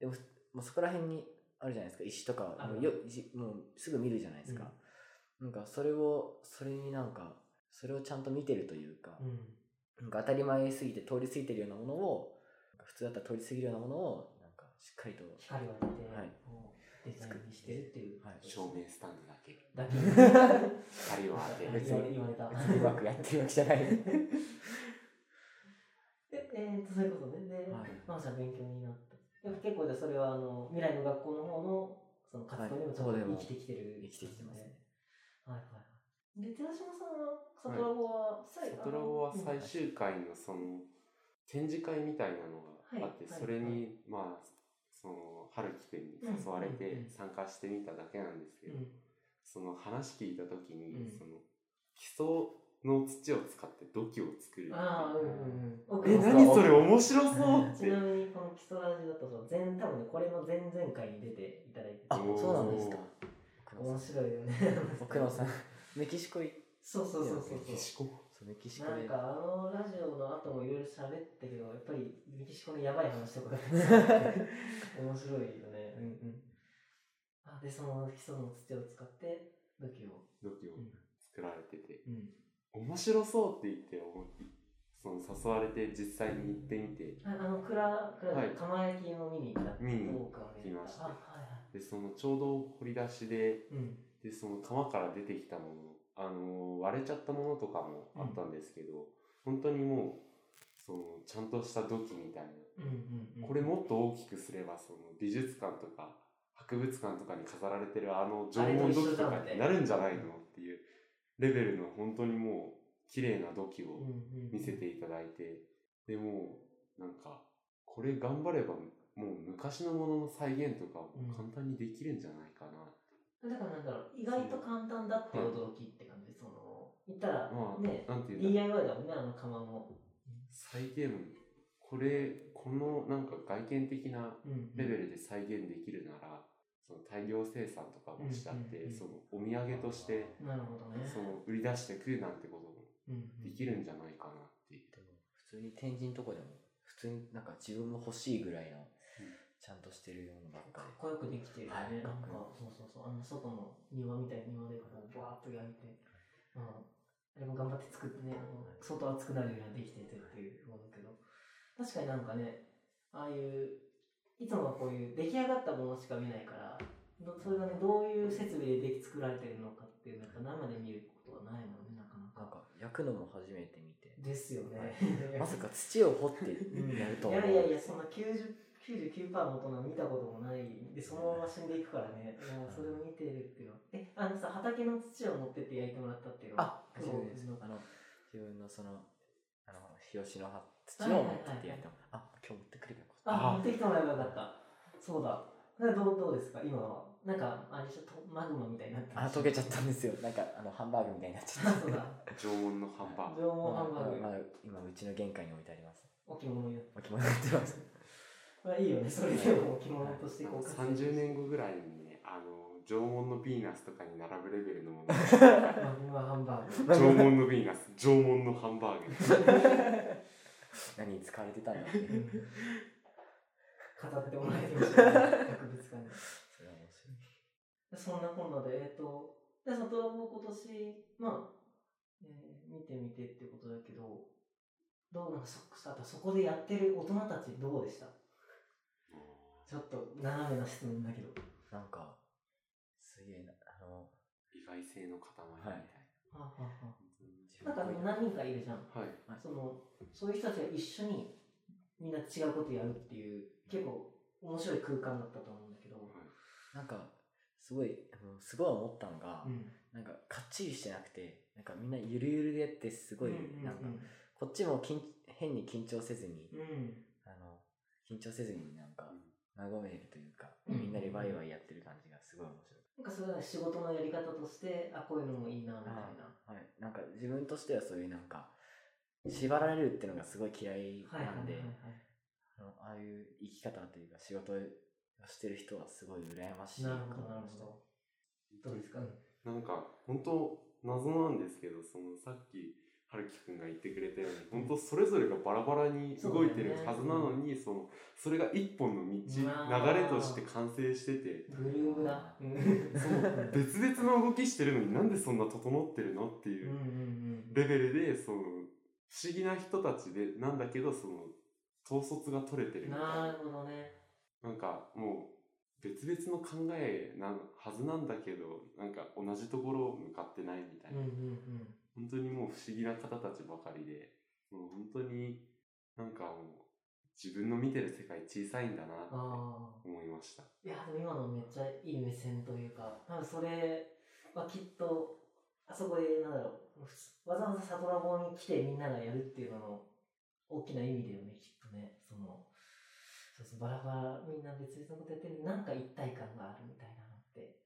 でもふもうそこら辺にあるじゃないですか石とかあるもうよじもうすぐ見るじゃないですか、なんかそれをそれになんかそれをちゃんと見てるというか,、うんなんか当たり前すぎて通り過ぎてるようなものをなんか普通だったら通り過ぎるようなものをなんかしっかりと、光を当てて、はいこうデザインにしてるっていう、はい、照明スタンドだけ。だけ光を当てる。別に言われた別にうまくやってるわけじゃ ないで えーとそういうことでで、はいまあじゃあ勉強になったでも結構じゃあそれはあの未来の学校の方のその活動にもちょっはいとそうで生もきてきてる、生きてきてますねはいはいはいで寺島さんはサトラボは最サトラボは最初終回のその展示会みたいなのがあって、はいそれはいに、まあその春樹くんに誘われうんうんうてん参加してみただけなんですけうど、んその話聞いた時に、うんその基礎の土を使って土器を作るっていうああ、うんうんうえん。な何それ面白そうっちなてみにこの基礎ラジだとその前多分ねこれの前々回に出ていただいててあそうなんですか面白いよね奥野さんメキシコいそうそうそうそうメキシコそうメキシコなんでかあのラジオの後もいろいろ喋ったけどやっぱりメキシコのやばい話とかが面白いよねうんうんあでその基礎の土を使って武器を土器を作られててうん面白そうって言って思いその誘われて実際に行ってみてああの蔵蔵はいで釜焼きを見に行った見にどうかを見に行きましたあはいでそのちょうど掘り出しではいうんでその釜から出てきたものあの割れちゃったものとかもあったんですけど、本当にもうそのちゃんとした土器みたいなうんうんうんこれもっと大きくすればその美術館とか博物館とかに飾られてるあの縄文土器とかになるんじゃないのっていうレベルの本当にもう綺麗な土器を見せていただいて、でもうなんかこれ頑張ればもう昔のものの再現とかも簡単にできるんじゃないかなだからなんだろう意外と簡単だって驚きって感じその言ったらまあ、ねなんていうんだろう DIY だもんねあの釜も再現これこのなんか外見的なレベルで再現できるなら、その大量生産とかもしちゃって、うんうんうんそのお土産としてなるほどねその売り出して食うなんてこともできるんじゃないかなっていう、でも普通に天神とかでも普通になんか自分も欲しいぐらいのちゃんとしてるようなばっかかっこよくできてるよはいね、なんかっかこそうよそうそうあの外の庭みたいな庭でこうバーッと焼いて、うん、あれも頑張って作ってねあの外暑くなるようにはできててっていうものだけど確かになんかねああいういつもはこういう出来上がったものしか見ないからどそれがねどういう設備ででき作られてるのかっていうのは生で見ることはないもんねなかなでなんかか焼くのも初めて見てですよね、まさか土を掘ってやるといはや思ういやいや、そんな90 99%の大人見たこともないで、そのまま死んでいくからね、いやそれを見てるっていうのは。え、あのさ、畑の土を持ってって焼いてもらったっていうのあは、初めてですそうあの自分のそのあの日吉の葉土を持ってってやったもあ今日持ってくればよかったあ、持あってきてもらえばよかった。そうだ。でどうどうですか、今は。なんか、あれでしょ、とマグマみたいになってあ溶けちゃったんですよなんかあのハンバーグみたいになっちゃっ そうただ。縄文のハンバーグ縄文ハンバーまグ、あ今うちの玄関に置いてあります置物よ。置物になってますまあいいよね、それでも置物として こう活躍して30年後ぐらいにねあの縄文のヴィーナスとかに並ぶレベルの ものマグマハンバー グ。縄文のヴィーナス縄文のハンバー グ何に使われてたんだって うん飾ってもらえてま したね、博物館に。それは面白いそんなこんなで、えっ、と、で、里ラボ今年、まあ、えー見てみてってことだけど、どうなんかそあとそこでやってる大人たちどうでしたちょっと斜めな質問だけど。なんかすげえなあの意外性の塊みたいはあはあは自あなんか分こうい何う人かいるじゃん。な、はいその、そういう人たちが一緒にみんな違うことやるっていう、結構面白い空間だったと思うんだけど。なんかすごいあのすごい思ったのが、ん。なんかかっちりしてなくてなんかみんなゆるゆるでやってすごい、なんかこっちも緊変に緊張せずに、うん。うん。あの緊張せずになんか和めるというか、うんみんなでワイワイやってる感じがすごい面白い、なんかそれは仕事のやり方として、あ、こういうのもいいな、みたいな。はい、なんか自分としてはそういうなんか縛られるってのがすごい嫌いはいはないんはいで、はい。あのああいう生き方というか仕事をしてる人はすごい羨ましいなるほど、とな思るいましほたど。どうですか、なんか本当謎なんですけどそのさっき春樹くんが言ってくれたように本当それぞれがバラバラに動いてるはずなのにそ,、のそれが一本の道、まあ流れとして完成しててグルーブだ。 うんその別々の動きしてるのになんでそんな整ってるのってういんうんううん。レベルでその不思議な人たちでなんだけどその統率が取れてるみたいなるほどね。なんかもう別々の考えなはずなんだけどなんか同じところ向かってないみたいうんな、うん本当にもう不思議な方たちばかりでもう本当になんかもう自分の見てる世界小さいんだなってうん。ああ。思いましたいや、でも今のめっちゃいい目線というか、多分それはきっと、あそこで、なんだろう、わざわざサトラボに来てみんながやるっていうのの大きな意味だよね、きっとね。その、そうそう、バラバラ、みんな別々のことやってるのになんか一体感があるみたいなのって。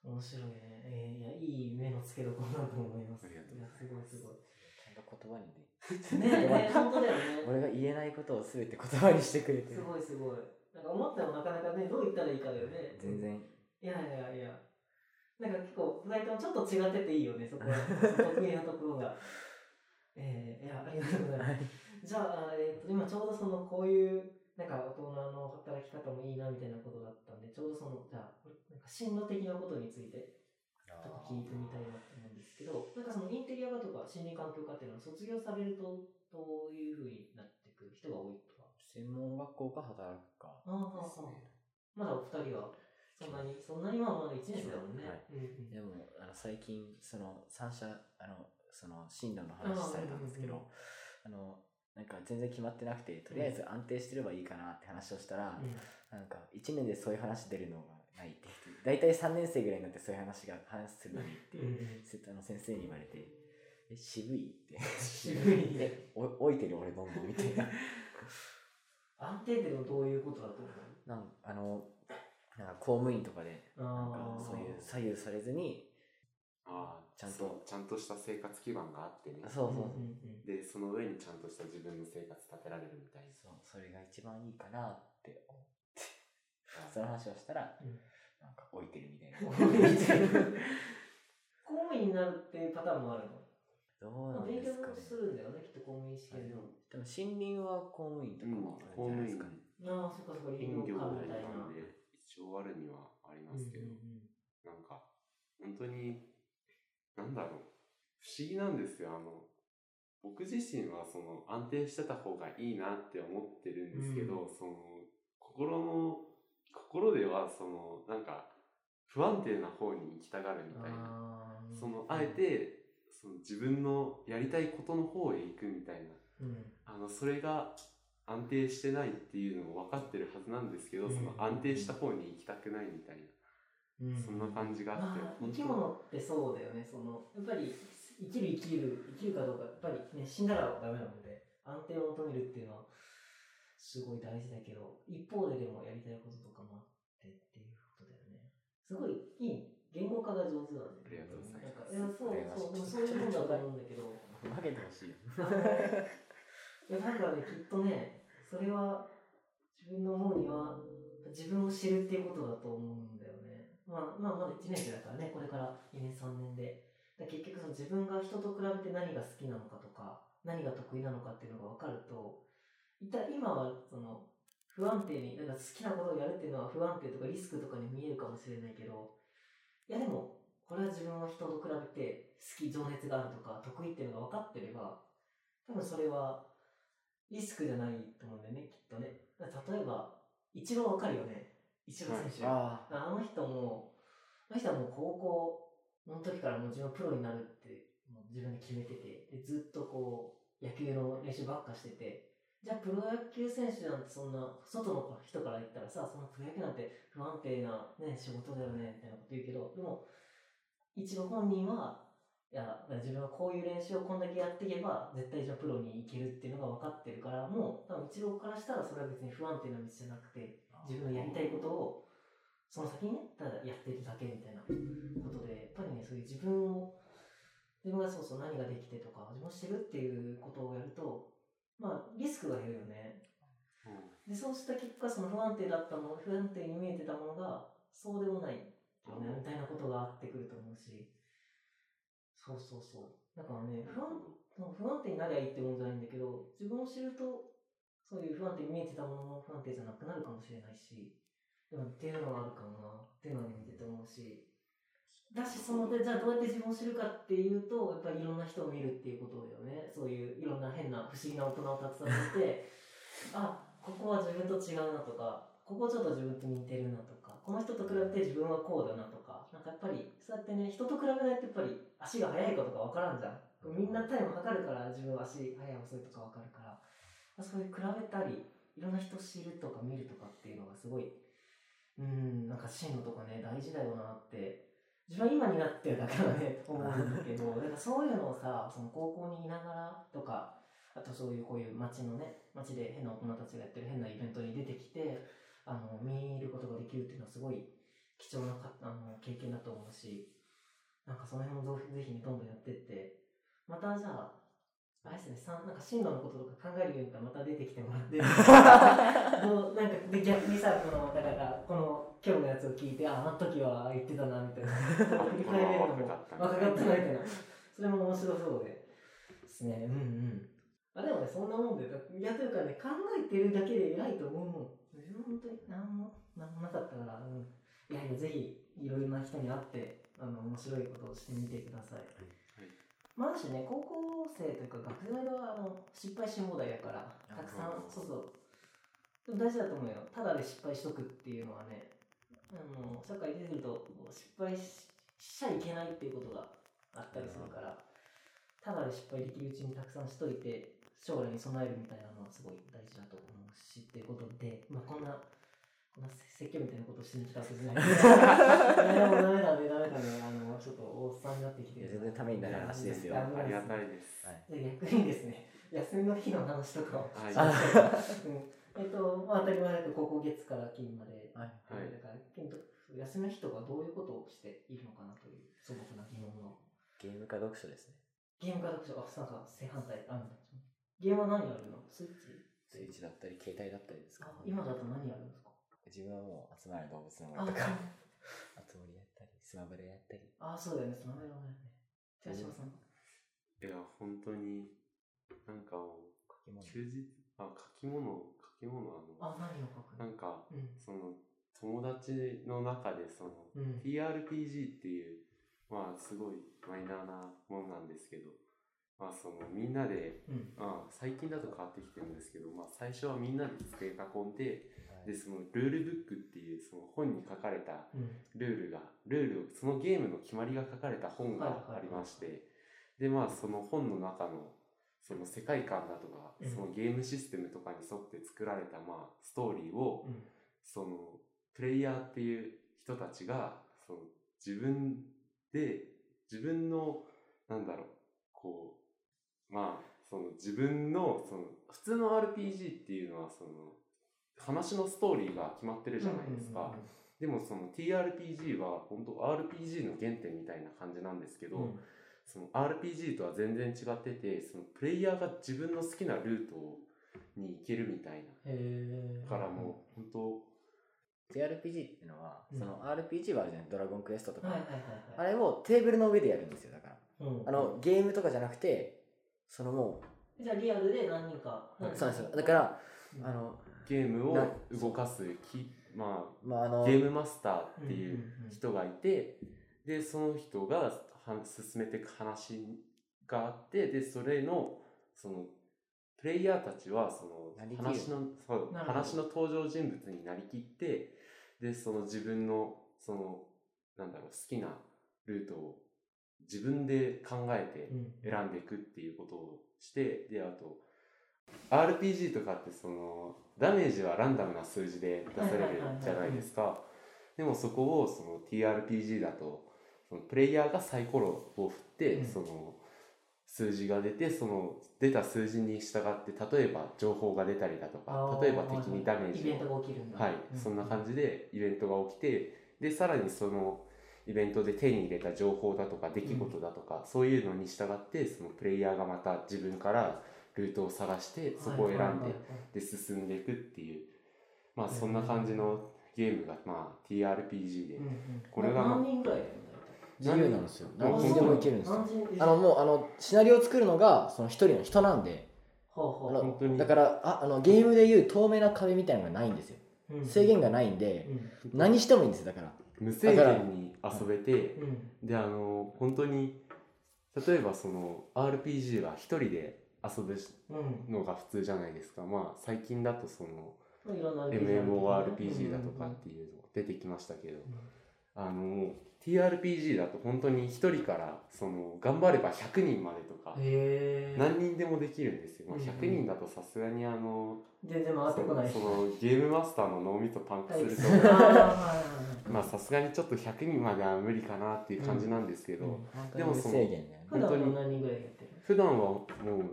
面白いね。えーいや、いい目の付けどころだと思います。ありがとういごやざいますごいすごい。ちゃんと言葉にね。ねね本当だよね。俺が言えないことを全て言葉にしてくれてする。ごいすごい。なんか思ってもなかなかね、どう言ったらいいかだよね。全。然。いやいやいや。なんか結構、二人ともちょっと違ってていいよね、そこは。得意なところが。 えー、いや、ありがとうございます。じゃあ、えー、と今ちょうどそのこういうなんか大人の働き方もいいなみたいなことだったんでちょうどそのじゃあなんか進路的なことについてちょっと聞いてみたいなと思うんですけどなんかそのインテリア科とか心理環境科っていうのは卒業されるとどういうふうになってくる人が多いとか専門学校か働くか。あああああですあねまだお二人はそんなにそんなにまあまだ1年生だもんね、はいうんうんでもあの最近その三者あのその進路の話されたんですけど、あのなんか全然決まってなくてとりあえず安定してればいいかなって話をしたら、うんなんか1年でそういう話出るのがないって言って大体3年生ぐらいになってそういう話が話するのにって、うんせあの先生に言われ て「え渋い?」って渋いえ お置いてる俺どんどん」みたいな安定っていうのはどういうことだと思うなんあのなんか公務員とかでなんかあーそういう左右されずにああちゃんとそうちゃんとした生活基盤があってねそうそう、んんんでその上にちゃんとした自分の生活立てられるみたいそうそれが一番いいかなって思うなその話をしたら、うんなんか置いてるみたいな公 務員になるっていうパターンもあるどうなの。ん勉で強すかねするんだよね、きっと公務員試験でも。でも森林は公務員とうかんもあ公るんじゃないです務員かね、ああ、そっかそっか、林林業業家みたみたいいななん。で一応あるにはありますけど、なんか本当になんだろう不思議なんですよあの僕自身はその安定してた方がいいなって思ってるんですけど、その心の心ではそのなんか不安定な方に行きたがるみたいなああそのあえ、てその自分のやりたいことの方へ行くみたいなうんあのそれが安定してないっていうのも分かってるはずなんですけど、うんその安定した方に行きたくないみたいな、うんそんな感じがあっまあ、て、生本当き物ってそうだよね、そのやっぱり生きる生きる生きるかどうか、やっぱりね死んだらダメなので、安定を求めるっていうのはすごい大事だけど、一方ででもやりたいこととかもあってっていうことだよね。すごいいい言語化が上手なんだよね。ありがとうございまなすんかいやそうそう、でもそういうもんだと思うんだ けど、分けてほしいよいやなんかねきっとね、それは自分の思うには自分を知るっていうことだと思うんだよね。まあ、まあ、まだ1年生だからね、これから2年、3年で。だから結局その自分が人と比べて何が好きなのかとか、何が得意なのかっていうのが分かると、いた今はその不安定に、なんか好きなことをやるっていうのは不安定とかリスクとかに見えるかもしれないけど、いやでも、これは自分は人と比べて好き、情熱があるとか、得意っていうのが分かってれば、多分それはリスクじゃないと思うんだよね、きっとね。だから例えば、一番わかるよね。一番選手。 ああの人も、あの人はもう高校の時からもう自分はプロになるって、もう自分で決めてて、でずっとこう、野球の練習ばっかしてて、じゃあプロ野球選手なんてそんな、外の人から言ったらさ、そのプロ野球なんて不安定な、ね、仕事だよね、みたいなこと言うけど、でも、一応本人は、いや、自分はこういう練習をこんだけやっていけば、絶対じゃあプロに行けるっていうのが分かってるから、もう、多分一郎からしたらそれは別に不安定な道じゃなくて、あ自分のやりたいことをその先にねただやってるだけみたいなことでやっぱりねそういう自分を自分がそうそう何ができてとか自分をしてるっていうことをやるとまあリスクが減るよねでそうした結果その不安定だったもの不安定に見えてたものがそうでもないよねみたいなことがあってくると思うしそうそうそうだからね不安その不安定になりゃいいってもんじゃないんだけど自分を知るとそういう不安定に見えてたものも不安定じゃなくなるかもしれないしでもっていうのはあるかもなっていうのは見てて思うしだしそのでじゃあどうやって自分を知るかっていうとやっぱりいろんな人を見るっていうことだよねそういういろんな変な不思議な大人をたくさん見てあここは自分と違うなとかここちょっと自分と似てるなとかこの人と比べて自分はこうだなとかなんかやっぱりそうやってね人と比べないとやっぱり足が速いかとか分からんじゃんみんなタイム測るから自分は足速い遅いとか分かるからそういう比べたりいろんな人知るとか見るとかっていうのがすごいうんなんか進路とかね大事だよなって自分は今になってるだからね思うんだけどなんかそういうのをさその高校にいながらとかあとそういうこういう街のね街で変な大人たちがやってる変なイベントに出てきてあの見ることができるっていうのはすごい貴貴重なかあの経験だと思うし、なんかその辺もぜひねどんどんやってって、またじゃあ、あれですね、さんなんか進路のこととか考えるようになったらまた出てきてもらって、もうなんかで逆にさ、この方がこの今日のやつを聞いて、あ、あの時は言ってたなみたいな、振り返れるのも若かったな若かったなみたいな、それも面白そうで、ですね、うんうん。まあでもね、そんなもんで、いやというかね、考えてるだけで偉いと思うもん。自分本当に何も、何もなかったから、うん。いやいや、ぜひ、いろいろな人に会って、あの、面白いことをしてみてください。はいまあ、だしね、高校生というか、学生の間は、あの、失敗し放題やから、あたくさんう、んそうそう。でも大事だと思うよ。ただで失敗しとくっていうのはね、あの、社会出てると、失敗ししちゃいけないっていうことがあったりするから、ただで失敗できるうちにたくさんしといて、将来に備えるみたいなのはすごい大事だと思うし、っていうことで、まあ、こんな、こんな説教みたいなことしてみたらすじない。いやでもダ メだね、ダメだね。あの、ちょっとおっさんになってきていや全然ためになる話ですよダメありでがすたいです。はいじゃあ逆にですね、休みの日の話とかを。はい。あうんえっと、まあ、当たり前だけど、高校月から金まで。はいはいだから、金と休みの日とかどういうことをしているのかなという素朴な疑問の。ゲームか読書ですねゲームから読書、あ、なんか正反対、あるんだ。ゲームは何やるのスイッチスイッチだったり携帯だったりですかあ今だと何やるんですか自分はもう集まる動物のあ森 とか集まりやったりスマブラやったりあ、そうだよね、その辺はね。寺島さん。いや、本当に、なんかも書き物う、休日、あ、書き物、書き物、あ、あ何を書くの、なんか、うん。その、友達の中で、その、うん。 TRPG っていう、まあ、すごいマイナーなものなんですけど、まあ、その、みんなで、うん。まあ、最近だと変わってきてるんですけど、まあ、最初はみんなで机囲んで、はいで、その、ルールブックっていう、その、本に書かれたうん。ルールがルールをそのゲームの決まりが書かれた本がありまして、でまあその本の中のその世界観だとか、うんそのゲームシステムとかに沿って作られたまあストーリーを、うんそのプレイヤーっていう人たちがその自分で自分のなんだろうこうまあその自分のその普通の RPG っていうのはその話のストーリーが決まってるじゃないですか。でもその TRPG は本当 RPG の原点みたいな感じなんですけど、うん。その RPG とは全然違っててそのプレイヤーが自分の好きなルートに行けるみたいへえ。なからもう本当 TRPG っていうのは、うんその RPG はあるじゃないドラゴンクエストとか、はいはいはいあはい。れをテーブルの上でやるんですよだからうんあのゲームとかじゃなくてそのもじゃあリアルで何人か。う、そうなんですよだからうん、あの、ゲームをな動かすき、ままあ、ああ、のゲームマスターっていんううんうん人がいてでその人がは進めていく話があってでそれのそのプレイヤーたちはそなりのきる話のそうなるほど話の登場人物になりきってでその自分のそのなんだろう好きなルートを自分で考えてうん選んでいくっていうことをしてであと RPG とかってそのダメージはランダムな数字で出されるじゃないですかでもそこをその TRPG だとそのプレイヤーがサイコロを振って、うんその数字が出てその出た数字に従って例えば情報が出たりだとあかー例えば敵にダメージイベンをトが起きるんだ。はい、そんな感じでイベントが起きてでさらにそのイベントで手に入れた情報だとか出来事だとか、そういうのに従ってそのプレイヤーがまた自分からルートを探してそこを選はいんで、はいはいで進んでいくっていうまあそんな感じのゲームが、まあ、TRPG で、うんうんこれがな何人ぐらいやる自由なんですよあ何人でもいけるんですよよあのもうあのシナリオを作るのがその一人の人なんであほうほの本当にだからああのゲームでいう透明な壁みたいなのがないんですよううん制限がないんでうん何してもいいんですよだから無制限に遊べて、うんであの本当に例えばその RPG は一人で遊ぶうんのが普通じゃないですかまあ最近だとそのまあいろんな MMORPG だとかっていうのが出てきましたけど、あの TRPG だと本当に1人からその頑張れば100人までとかうんへえ何人でもできるんですよ、まあ、うんうん100人だとさすがにあの全然回っそてこなのいそのゲームマスターの脳みそパンクするはいとあーまあさすがにちょっと100人までは無理かなっていう感じなんですけど、うん本当でにも無その制限だよね普段は何人ぐらいやってる普段はも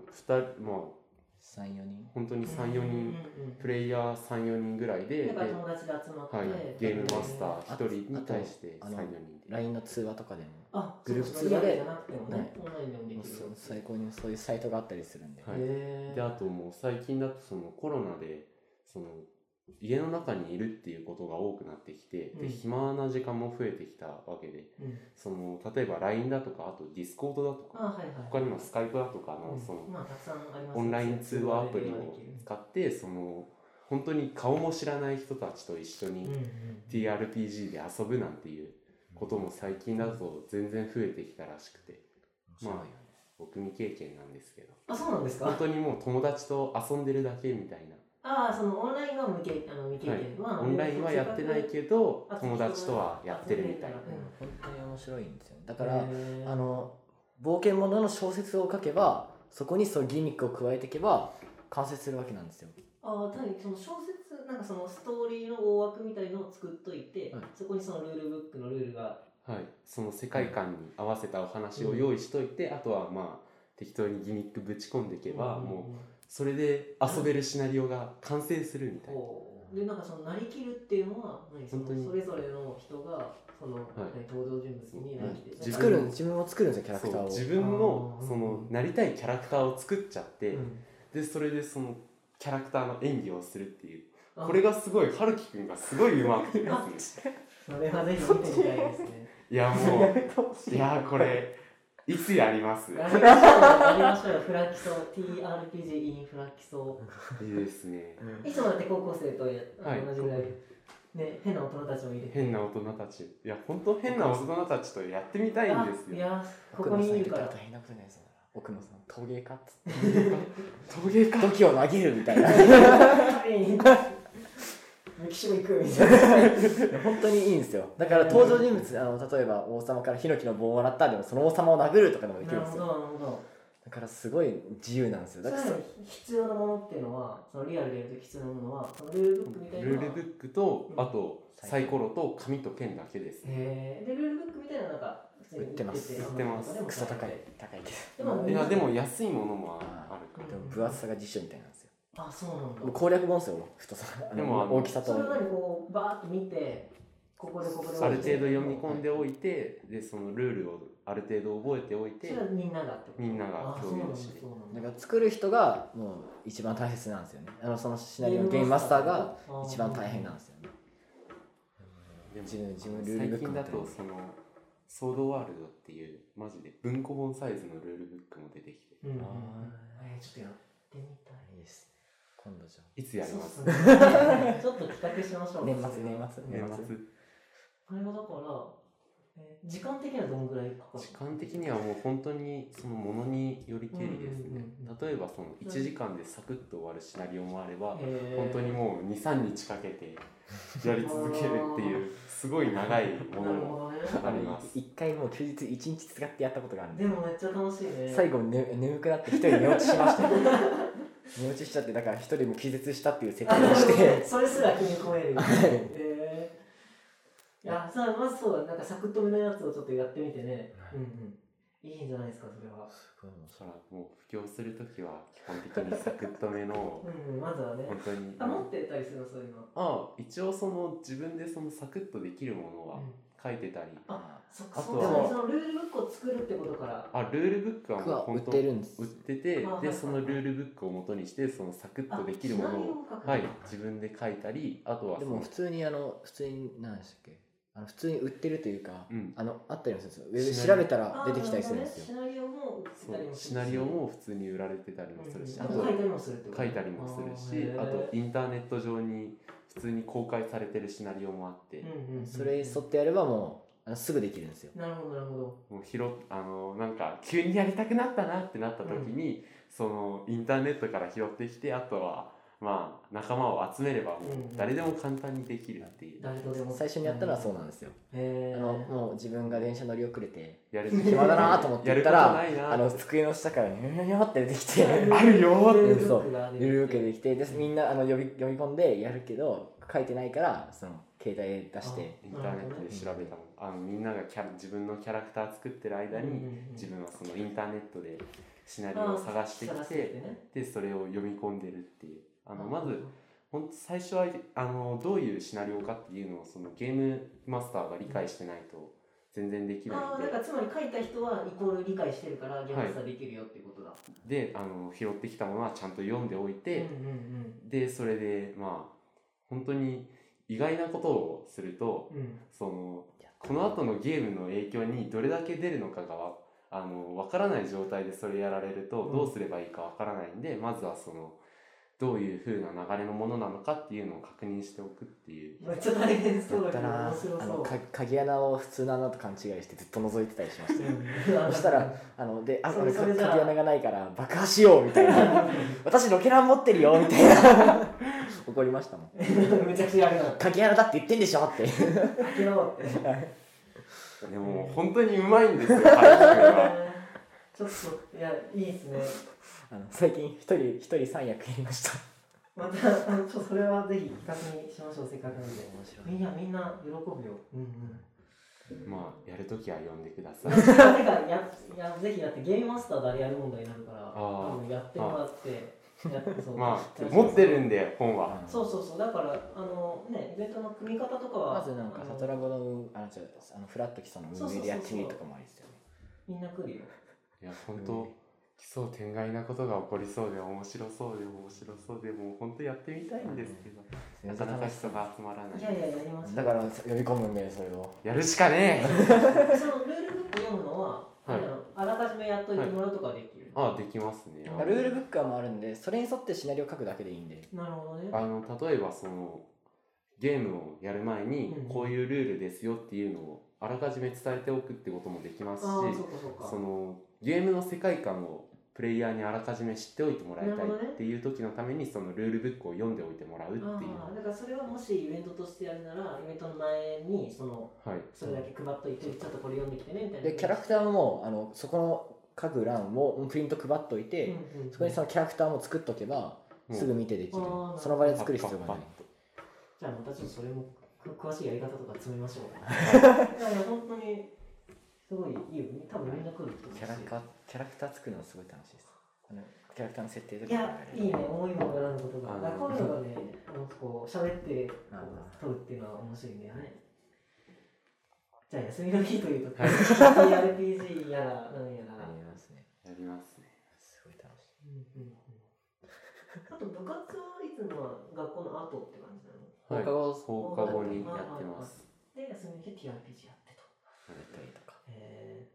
う2人まあ3、4人。本当に3、4人、プレイヤー3、4人ぐらいだで、でかはらい友達が集まって、ゲームマスター1人にあと対してあ3、の4人で。 LINE の通話とかでも、あグループ通話でじゃなくてもね、オンラインでもでもうきるそう最高にそういうサイトがあったりするんで。はいへーであともう最近だとそのコロナでその家の中にいるっていうことが多くなってきて、うんで暇な時間も増えてきたわけでうんその例えば LINE だとかあと Discord だとあかはいはい他にも Skype だとかのうんそのまあたくさんありますオンライン通話アプリ通話でをきる使ってその本当に顔も知らない人たちと一緒うにんうん TRPG で遊ぶなんていうことも最近だと全然増えてきたらしくて面白いまあよね僕未経験なんですけどあそうなんですか本当にもう友達と遊んでるだけみたいなああそのオンラインが無経あの未経験は、オンラインはやってないけどあ友達とはやってるみたいなあうん本当に面白いんですよね。だだから、あの冒険者の小説を書けばそこにそのギミックを加えていけば完成するわけなんですよ。ああ単にその小説なんかそのストーリーの大枠みたいのを作っといて、はいそこにそのルールブックのルールがはい、その世界観に合わせたお話を用意しといて、あとはまあ適当にギミックぶち込んでいけば、うんうんうんもうそれで遊べるシナリオが完成するみたいな、こうでなんかそのなりきるっていうのは何その本当にそれぞれの人がその、何登場人物になりきて、うんなんか作る自分を作るんですよキャラクターそうを。自分のあーそのなりたいキャラクターを作っちゃって、うんでそれでそのキャラクターの演技をするっていうあこれがすごい春樹くんがすごい上手くてであすねそれはぜひ見てみたいですねいやもや うめてほしいいやーこれいつやりますやりましょうやりましょうよフラキソ TRPG in フラキソいいですねうんいつもだって高校生とやあはいの同じぐらい、ね、変な大人たちもいる変な大人たちいや本当変な大人たちとやってみたいんですあいよやここにいるか奥野さん入れたらら大変なことになりそうだな。奥野さん陶芸家っつって陶芸家土器を投げるみたいなメキシコ行くみた いな。本当にいいんですよだから登場人物あの例えば王様からヒノキの棒をもらったでもその王様を殴るとかでもできなるるんですほど、よなるほど。だからすごい自由なんですよそだれからそ必要なものっていうのは、そのリアルでやると必要なものは、そのルールブックみたいなのルは。ールブックと、うんあとサイコロと紙と剣だけです、へーで、ルールブックみたいなのなんか、普通に売ってますて売ってますでもクソ高い高いでけどもいやでも安いものもああーあるかでも分厚さが辞書みたいなんですよあ、そうもなんうだ。攻略本ですよ太さあのでもあの大きさとそれを何こう、バーッと見て、ここでここで。らある程度読み込んでおいて、でそのルールをある程度覚えておいそてれはみんながってことみんながあそう共なん有だしそてうなんだだから作る人がもう一番大切なんですよねあのそのシナリオのゲームマスターが一番大変なんですよねでも自分自分ルールブッ最ク近持だってまとすそのソードワールドっていうマジで文庫本サイズのルールブックも出てきてうんうんうんあえーちょっとやってみたいいいです今度じゃいつやりまそうすっすねちょっと企画しましょう年末年末年年末末あれはだから、えー時間的にはどんぐらいかかる時間的にはもう本当にそのものによりけりですね、うんうんうん例えばその1時間でサクッと終わるシナリオもあれば、えー本当にもう23日かけてやり続けるっていうすごい長いものなるもほどねあります一回もう休日一日使ってやったことがあるんででもめっちゃ楽しいね最後ね眠くなって一人寝落ちしま したよ寝落ちしちゃってだから一人も気絶したっていう設あ定をしなるほどてそれすら決め込 めるいえーいやさあまずそうだなんかサクッとめのやつをちょっとやってみてね、はいうんうんいいんじゃないですかそれはだからもう布教するときは基本的にサクッとめのうん、うん、まずはね本当にあ持ってたりするのそういうのああ一応その自分でそのサクッとできるものはうん書いてたり、あそっあかそとうはだねそのルールブックを作るってことからあルールブックは僕もうは売本っ当てるんです売っててあはいでそのルールブックを元にしてそのサクッとできるものををはい、自分で書いたり、あとはでそもの普通にあの普通に何でしたっけあの普通に売ってるというか、うんあのあったりもするんですよウェブシで調ナリオべたら出てきたりするんですシよナリオも売ってそたりもうすシるナリオも普通に売られてたりもするし、うんあうんと書いたりもするってこと書いたりもするし、あとインターネット上に普通に公開されてるシナリオもあって、それに沿ってやればもうあのすぐできるんですよなるほどなるほどもうひろあのなんか急にやりたくなったなってなった時に、そのインターネットから拾ってきて、あとはまあ仲間を集めればもううんうん誰でも簡単にできるっていう、誰とでも最初にやったのはそうなんですよ、へあのもう自分が電車乗り遅れてやる暇だなと思ってやることないなあの机の下からニョニョニョって出てきて うんあるよーってそうゆるゆる受けできてでみんなあの呼び読み込んでやるけど書いてないからその携帯出してインターネットで調べたもん、あのみんながキャラ自分のキャラクター作ってる間に、自分はそのインターネットでシナリオを探してき探て、ねでそれを読み込んでるっていうあのうんまず本当最初はあのどういうシナリオかっていうのをそのゲームマスターが理解してないと全然できないああんだでからつまり書いた人はイコール理解してるからゲーム差できるよっていうことだ、であの拾ってきたものはちゃんと読んでおいて、うんうんでそれでまあ本当に意外なことをするとうんうんそのこの後のゲームの影響にどれだけ出るのかがわあの分からない状態でそれやられるとうんどうすればいいか分からないんで、まずはそのどういう風な流れのものなのかっていうのを確認しておくっていうめっちゃ大変そうだやっけたどな面あ白そのうか鍵穴を普通の穴と勘違いしてずっと覗いてたりし ましたようんそしたらあのであそれそこれれ鍵じゃあ穴がないから爆破しようみたいな 私ロケラン持ってるよみたいな 怒りましたもん めちゃくちゃやるな鍵穴だって言ってんでしょって開けろってでも本当にうまいんですよ俳優 がちょっといやいいですねあの最近一人一人三役やりましたまたあのちょそれはぜひ企画にしましょうせっかくなんで面白いみんなみんな喜ぶようんうんまあやるときは呼んでくだ さいなんかややぜひやってゲームマスターであれやる問題になるからー多分やってもらってやってそうまあ確かに持ってるんで本はそうそうそうだからあのねイベントの組み方とかはまずなんかあのサトラボの運あの違うあのフラット基礎の運営でやってみるとかもありですよねみんな来るよいや本当奇想天外なことが起こりそうで面白そうで面白そうでもう本当やってみたいんですけどなかなか人が集まらないいやいややりましょうだから呼び込むんでそれをやるしかね えそのルールブック読むのは、はいあのあらかじめやっといてもらうとかはできる、ああできますねあまあルールブックはもうあるんでそれに沿ってシナリオ書くだけでいいんでなるほどねあの例えばそのゲームをやる前にうんこういうルールですよっていうのをあらかじめ伝えておくってこともできますしああそうかそうかそのゲームの世界観をプレイヤーにあらかじめ知っておいてもらいたないるほどねっていう時のためにそのルールブックを読んでおいてもらうっていうああだからそれはもしイベントとしてやるならイベントの前にそのはいそれだけ配っといてちょっとこれ読んできてねみたいなでキャラクターもあのそこの書く欄もプリント配っといて、うんうんそこにそのキャラクターも作っとけば、もうすぐ見てできるあーその場で作る必要がパなッいじゃあまたちょっとそれもく詳しいやり方とか詰めましょうパッパッとはいいやいや本当にすごいいいよ多分みんな来ると思うしキャラクターキャラクター作るのすごい楽しいですあのキャラクターの設定といかやいいね思いもよらぬことがあだのからこういうのがねあのこう喋ってこあう撮るっていうのは面白いんだよねじゃあ休みの日というとはい TRPG やらなんやらありますねやりますねすごい楽しいうんうんうんあと部活はいつもは学校の後って感じなの放課後放課後にやってますで休みの日 TRPG やってとやったりとかえ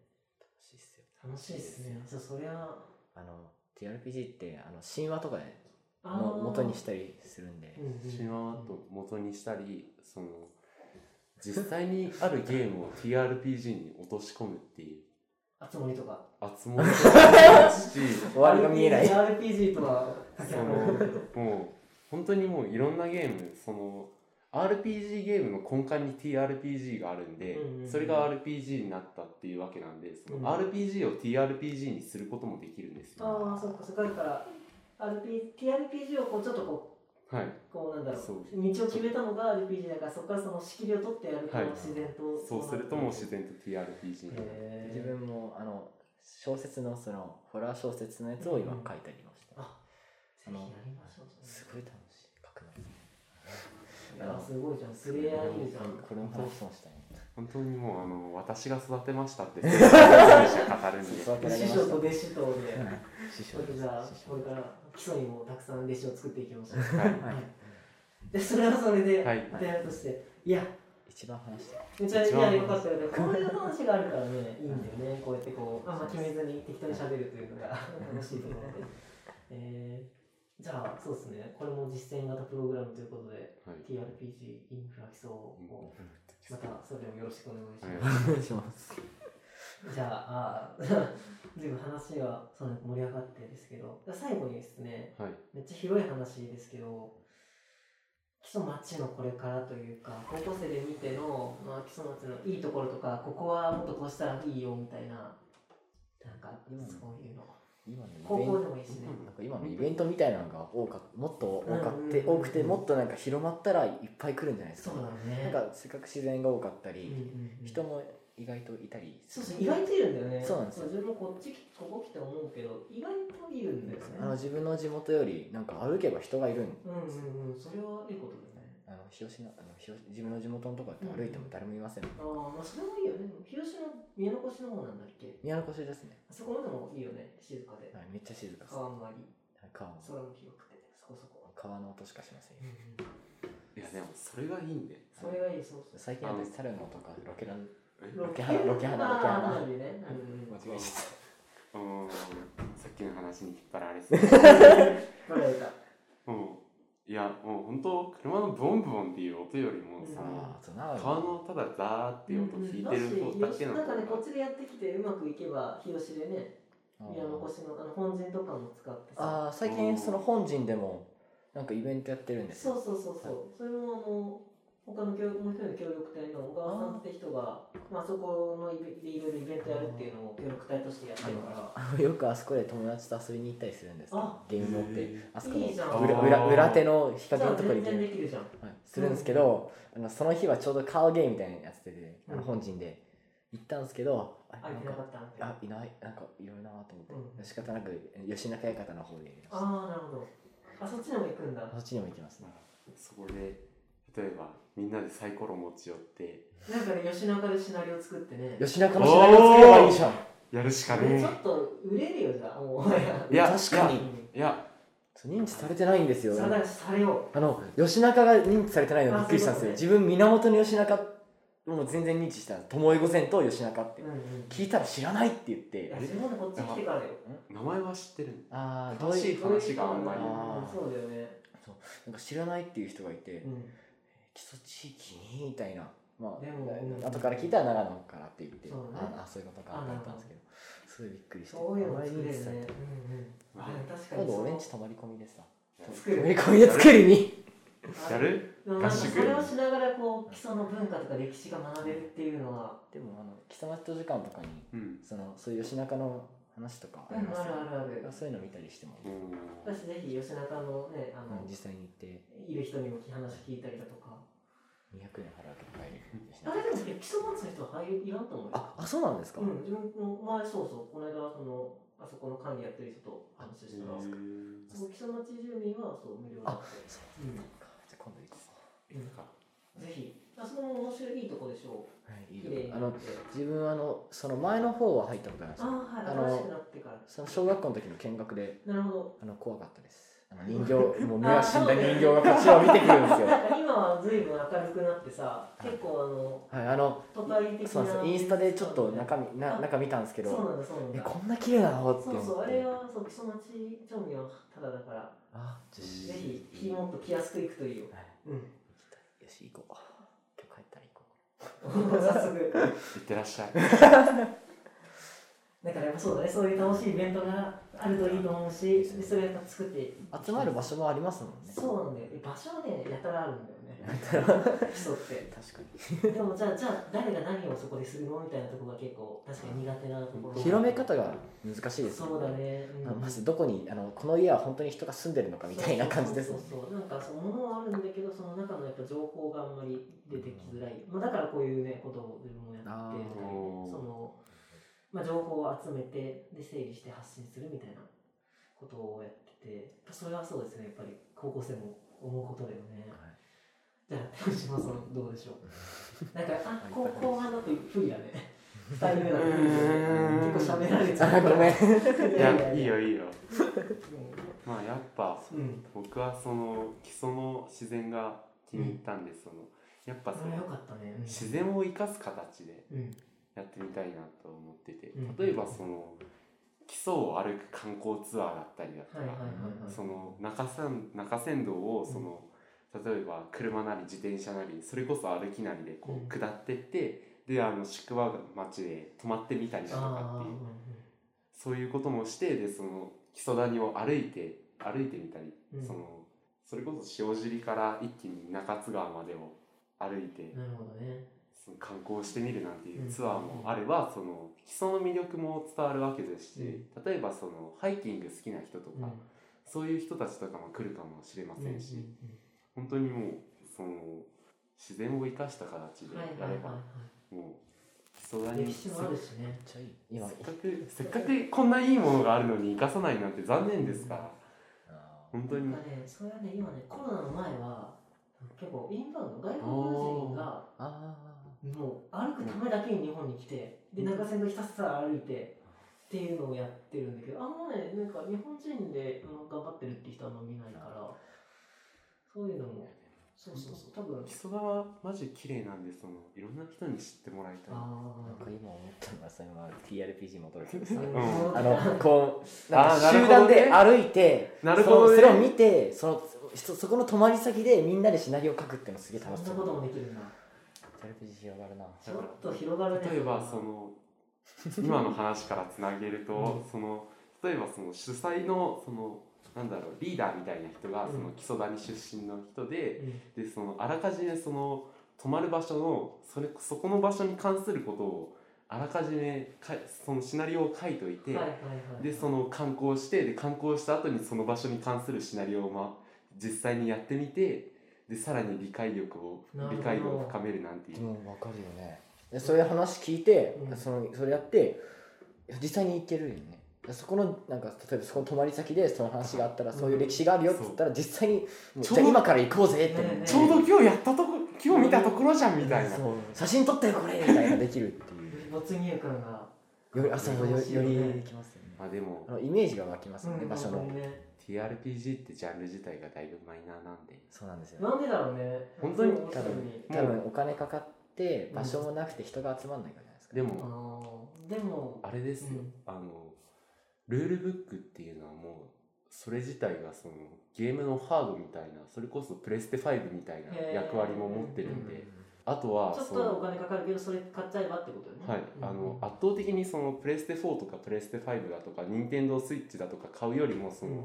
楽しいっすよー、楽しいですねじゃあそりゃあの TRPG ってあの神話とかであーも元にしたりするんでうんうんシマーと元にしたりその実際にあるゲームを TRPG に落とし込むっていうあつ森とか熱盛りもですし終わりが見えない RPG とは そのもう本当にもういろんなゲームその RPG ゲームの根幹に TRPG があるんで、うんうんうんそれが RPG になったっていうわけなんでそのうん RPG を TRPG にすることもできるんですよ、ああそっかそこだから RP TRPG をこうちょっとこはい、うこうなんだろうそう道を決めたのが RPG だからそこからその仕切りを取ってやるとはい自然とそうするともう自へ然と TRPG になるえ自分もあの小説のそのホラー小説のやつを今書いたりもして、あぜひやりましょうすごい楽しい書くのいやすごいじゃんすげえやるじゃんこれも話もしたい本当にもうあの私が育てましたって先生が語るんで育てられ師匠ましとた弟子とで師匠これですじゃあ師これ匠から基礎にもたくさん弟子を作っていきましょうはいはいでそれはそれではい提案としていや一番話したいめちゃめちゃ良かったよね。こういう話があるからね、いいんだよね。こうやってこう、あんま決めずに適当に喋るというのが楽しいところで。えー、じゃあ、そうですね。これも実践型プログラムということで、はい TRPG インフラ基礎を、またそれもよろしくお願いしはいまお願いしますす。じゃあ、あー 随分話はその盛り上がってですけど、最後にですね、はい、めっちゃ広い話ですけど基礎町のこれからというか高校生で見ての、まあ、基礎町のいいところとかここはもっとこうしたらいいよみたいななんか今のそういうの今のイベン高校トでもいいしね、なんか今のイベントみたいなのが多かもっと多かうんっうんてうんうん多くてもっとなんか広まったらいっぱい来るんじゃないですそかうだねなんかせっかく自然が多かったうりんうんうん人も意外といたりそうそう、意外とといるんだよね。そうなんですよ自分もこっち、ここ来て思うけど、意外といるんだよね。あの自分の地元よりなんか歩けば人がいうんるんうんうん、それはいいことだよね。あの日吉のあの日吉自分の地元のとこだって歩いても誰もいません、ああ、まあ、それもいいよね。広島、宮の越の方なんだっけ。宮古市ですね、あそこまでもいいよね、静かで。はい、めっちゃ静かです川もあり、川も空も広くて、そこそこ。川の音しかしませんよいやでもそれがいいんでそれがいい、そうそう。最近はねサルモとかロケランえロケ花ロケ花ロケあー花花火ね。うん間違えちゃったうーんさっきの話に引っ張られてた取られた。うんいやもう本当車のボンボンっていう音よりもさ、うんああとな川のただザーっていう音聞いてる方だけのなん方かね、こがっちでやってきてうまくいけば、広島でね、宮の越のあの本陣とかも使ってさ。ああ最近その本陣でもなんかイベントやってるんですそようそうそうそう。それもあの他の協もう一人の協力隊の小川さんって人が、まあそこのイベでいろいろイベントやるっていうのを協力隊としてやってるから。あ のよくあそこで友達と遊びに行ったりするんですけどあゲーム持ってへえあそこのいいじゃん裏裏裏手の日じ陰ゃのあところに全ゲ然ーでムきるじゃん。はいするんですけど、あのその日はちょうどカーゲームみたいなのやつでて、あうのん本陣で行ったんですけどああ、いなんけなかかったみたいなあいないなんかいろいろなと思って、うん仕方なく吉中館の方でやりましあー、なるほど。あ、そっちにも行くんだた。そっちにも行きますねそこで例えばみんなでサイコロ持ち寄ってなんかね、吉中でシナリオ作ってね。吉中のシナリオ作ればいいじゃんやるしかねねちょっと売れるよ、じゃあ、もう。えいや確かにいやそう認知されてないんですよさだしされよあの吉中が認知されてないのびっくりしたんですよ、あそ自分源の吉中もう全然認知した友恵御前と吉中ってう。うんうん。聞いたら知らないって言っいてや、自分でこっち来てからよ。名前は知ってるああど詳うしいいう話があんまりうんそうだよね。なんか知らないっていう人がいてうん。基礎地域にみたいなまあでもうん後から聞いたら長野からって言って、そうねああそういうことかってなったんですけどすごいびっくりしてそういうの作れるね。あまり認知されてうんうん。あはい確かに今度そ俺んのち泊まり込みでさ作泊るまり込みで作りにやるでもなんか合宿それをしながらこう基礎の文化とか歴史が学べるっていうのは、でもあの貴様と時間とかにうんそのそういう吉中の話とかあうん、ありるますよねあるあるそういうの見たりしても、うん私ぜひ吉中のねあの、うん実際に行っている人にも話聞いたりだとか200円払うけど帰りあれでも基礎持つ人は入いらんと思うよああそうなんですか、うん自分の前そうそうこの間そのあそこの管理やってる人と話したらへそーう基礎町住民はそう無料だってそううんなんかじゃあ今度行こうんぜひあそこも面白いいいとこでしょうはういいい綺と麗こにあなっのて自分はあのその前の方は入ったことないんですあよああはいの新しくなってからその小学校の時の見学でなるほどあの怖かったです あの人形もう目が死んだ人形がこっちを見てくるんですよなんか今は随分明るくなってさ結構あのはいあの都会的なそうなんですよインスタでちょっと中身な中見たんですけそうどなんだそうなんえだこんな綺麗なのってそ思うってそうあれはそう基礎町町民はただだからあじゃあぜひ日もっと来やすくいくといいよ はいうんよし行こう今日帰ったら行こ早速いってらっしゃいだからやっぱそうだねそういう楽しいイベントがあるといいと思うしでそれやっぱ作ってう集まる場所もありますもんねそうなんだよ場所はねやたらあるんだよね基礎って確かでもじゃあじゃあ誰が何をそこでするのみたいなところが結構確かに苦手なところに広め方が難しいですよそうだね、うんあのまずどこにあのこの家は本当に人が住んでるのかみたいな感じですそうもんそうそうなんかそのものはあるんだけどその中のやっぱ情報があんまり出てきづらい、まあ、だからこういうねことを自分もやってあるーその、まあ、情報を集めてで整理して発信するみたいなことをやっててやっぱそれはそうですねやっぱり高校生も思うことだよねじゃあ手島さんどうでしょ うなんかあこう後半だと不利だね2人目だと不利だね結構喋られちゃあう ごめんいやいいよいいようまあやっぱんうん僕はその基礎の自然が気に入ったんです、そのやっぱそそれは良のかったね自然を生かす形でうんうんやってみたいなと思っててうん例えばその基礎を歩く観光ツアーだったりだとか、はいはいはいはいその中山中山道をその、例えば車なり自転車なりそれこそ歩きなりでこうんう下ってって、であの宿場町で泊まってみたりだとかっていうそういうこともしてでその木曽谷を歩いて歩いてみたり、うんそのそれこそ塩尻から一気に中津川までを歩いて、なるほどね。その観光してみるなんていうツアーもあれば、その木曽の魅力も伝わるわけですし、う例えばそのハイキング好きな人とか、そういう人たちとかも来るかもしれませんし、本当にもうその自然を生かした形ではいはいやはいれはばもそだに歴史せっもあるしね。ちゃいい。今、かくせっかくこんないいものがあるのに生かさないなんて残念ですからあー本当になんかね、それはね、今ね、コロナの前は、結構インバウンド、外国人があもう歩くためだけに日本に来て、で、中山道ひたすら歩いて、っていうのをやってるんだけど、あんまね、なんか日本人でうん頑張ってるって人は見ないから、そういうのも、そうそうそう、多分、基礎はマジ綺麗なんでそのいろんな人に知ってもらいたーいなんあか今思ったのがさ、今 TRPG 戻るけどさー、んあの、こう、なんあかーなる集ほど団ねで歩いて、なるほそのどねそれを見て、その、そそこの泊まり先でみんなでシナリオ書くってのすげえそん楽しなそこともう。できるな。 TRPG 広がるな。ちょっと広がるね。例えばその今の話からつなげると、その例えばその主催のそのなんだろうリーダーみたいな人がうんその木曽谷出身の人で,、うんでそのあらかじめその泊まる場所のそれそこの場所に関することをあらかじめかいそのシナリオを書いといて、はいはいはい、でその観光してで観光した後にその場所に関するシナリオを、ま、実際にやってみてでさらに理解力をなるほど理解度を深めるなんていでうも分かるよねでそういう話聞いて、うんそのそれやっていや実際に行けるよねでそこのなんか例えばそこの泊まり先でその話があったら、うんそういう歴史があるよって言ったら実際にもうちょじゃうどあ今から行こうぜって、ねえねえちょうど今日やったとこ今日見たところじゃんみたいな。そう写真撮ってよこれみたいなできるってい没入感が、うよりあそうよよりよりきますよねまあでもあのイメージが湧きますうよね、ん、場所本の当にね TRPG ってジャンル自体がだいぶマイナーなんでそうなんですよなんでだろうね。本当に面白い多分お金かかって場所もなくて人が集まんないからじゃないですか、であもーでも、あれですうよ、んあのルールブックっていうのはもうそれ自体がそのゲームのハードみたいなそれこそプレステ5みたいなへー役割も持ってるんうでんあとはちょっそとおの金かかるけど、それ買っちゃえばってことよね。はい、うんあの圧倒的にそのプレステ4とかプレステ5だとか任天堂スイッチだとか買うよりもその、うん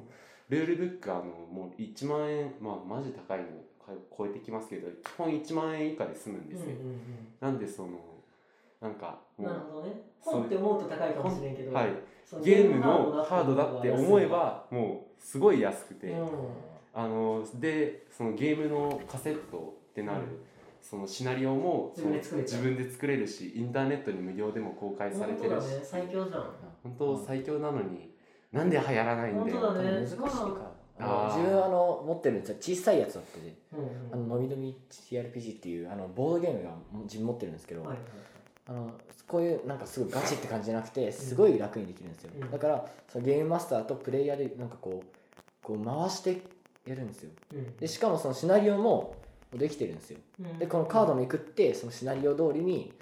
ルールブックあのもう1万円まあマジ高いのか超えてきますけど基本1万円以下で済むんですよ、うんうんなんでそのなんかうんもなるうほどね。そう本って思うと高いかもしれんけど、はい、そのゲームのハードだって思え、ばもうすごい安くて、うんあのでそのゲームのカセットってなる、うんそのシナリオも自分で作れちゃ自う分で作れるしインターネットに無料でも公開されてるし本当だね、最強じゃん。本当最強なのになんで流行らないんだよ本当だね難しいかあのあー自分はあの持ってるんですよ小さいやつだってねうんあののびのび TRPG っていうあのボードゲームがも自分持ってるんですけど、うんはいはいあのこういうなんかすごいガチって感じじゃなくてすごい楽にできるんですよ、うんだからそのゲームマスターとプレイヤーでなんかこうこう回してやるんですようんでしかもそのシナリオもできてるんですようんでこのカードめくってそのシナリオ通りに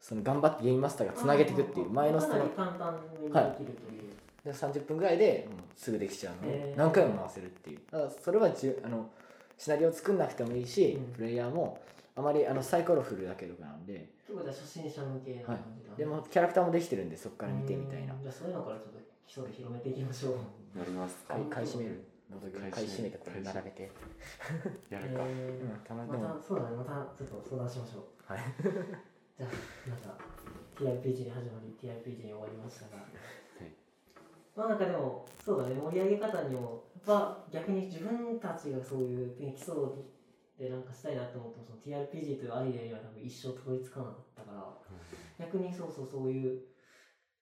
その頑張ってゲームマスターがつなげていくっていう前のスかテなッりプ簡単にできるという。で30分ぐらいでもうすぐできちゃうのへでー何回も回せるっていうだからそれはじゅあのシナリオ作んなくてもいいし、うんプレイヤーもあまりあのサイコロ振るだけとかなんで結構じゃあ初心者向けな感じだねでもキャラクターもできてるんでそこから見てみたいなうんじゃあそういうのからちょっと基礎で広めていきましょう。なりますか買い買い占めるのと買買いい占占めめたこ買い占め並べて、やるか、えうん、たまーにまでも、たそうだね、またちょっと相談しましょう。はい、じゃあ、なんか TRPG に始まり TRPG に終わりましたが、まあなんかでも、そうだね、盛り上げ方にも、やっぱ逆に自分たちがそういうね基礎でなんかしたいなと思っても、その TRPG というアイデアには多分一生たどり着かなかったから、逆にそうそうそういう、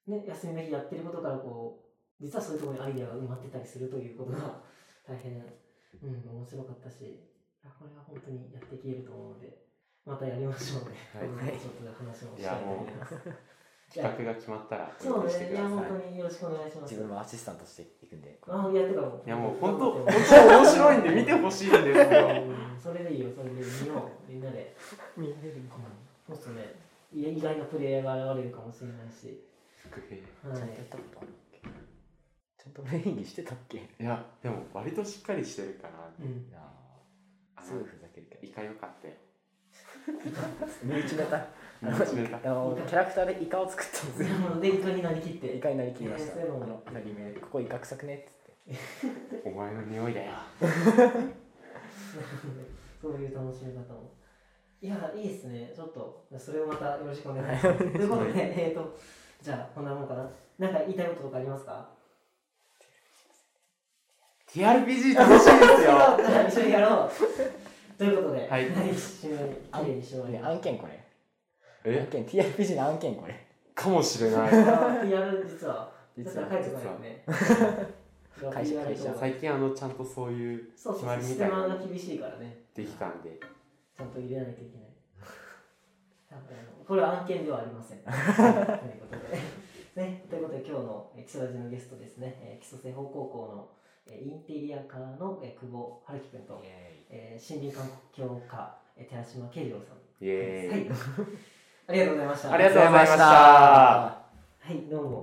ね、休みの日やってることからこう、実はそういうところにアイデアが埋まってたりするということが大変、うん、面白かったし、いやこれは本当にやっていけると思うので、またやりましょうね。はいこの後ちょっと話もいしたやいとも思ういます。企画が決まったらおそう呼びしてね、くいだやさい本当によろしくお願いします。自分もアシスタントしていくんであ、いや、てかもう。いやもう本当う本ん当面白いんで見てほしいんですよそれでいいよ、それでいいよ、みんなで。見られるうんそうっすね、いや意外なプレイヤーが現れるかもしれないし。伏兵はいちゃんとやったことあるっけちゃんと俺演技してたっけいやでも割としっかりしてるからうんいやあーのすごいふざけるけどイカよかったよ身内ネタ身内ネタあのキャラクターでイカを作ったんですいよや、もうで、イカになりきって。イカになりきりました、えーそういうのあのアニメここイカ臭くねっつってお前の匂いだよそういう楽しみ方も。いや、いいですね。ちょっと、それをまたよろしくお願いします。ということで、えっと、じゃあ、こんなもんかな。なんか言いたいこととかありますか TRPG 楽しいですよ は一緒にやろう。ということで、はい 締めに、綺麗に締まりねました案件これ案え件 TRPG の案件これかもしれない PR 実は実はだから書いてこないよね会社会社そう最近あのちゃんとそういうそう決そまうりシみステたいなマが厳しいからねできたんでちゃんと入れないといけない。多分これは案件ではありま せん。ということで、ね、ということで今日のえー木曽ラジのゲストですね、えー木曽製法高校のえーインテリア科のえー久保春樹君と、えー森林環境科えー寺島慶郎さん。イエーイ、 はい。ありがとうございました。ありがとうございましたはい、どうも。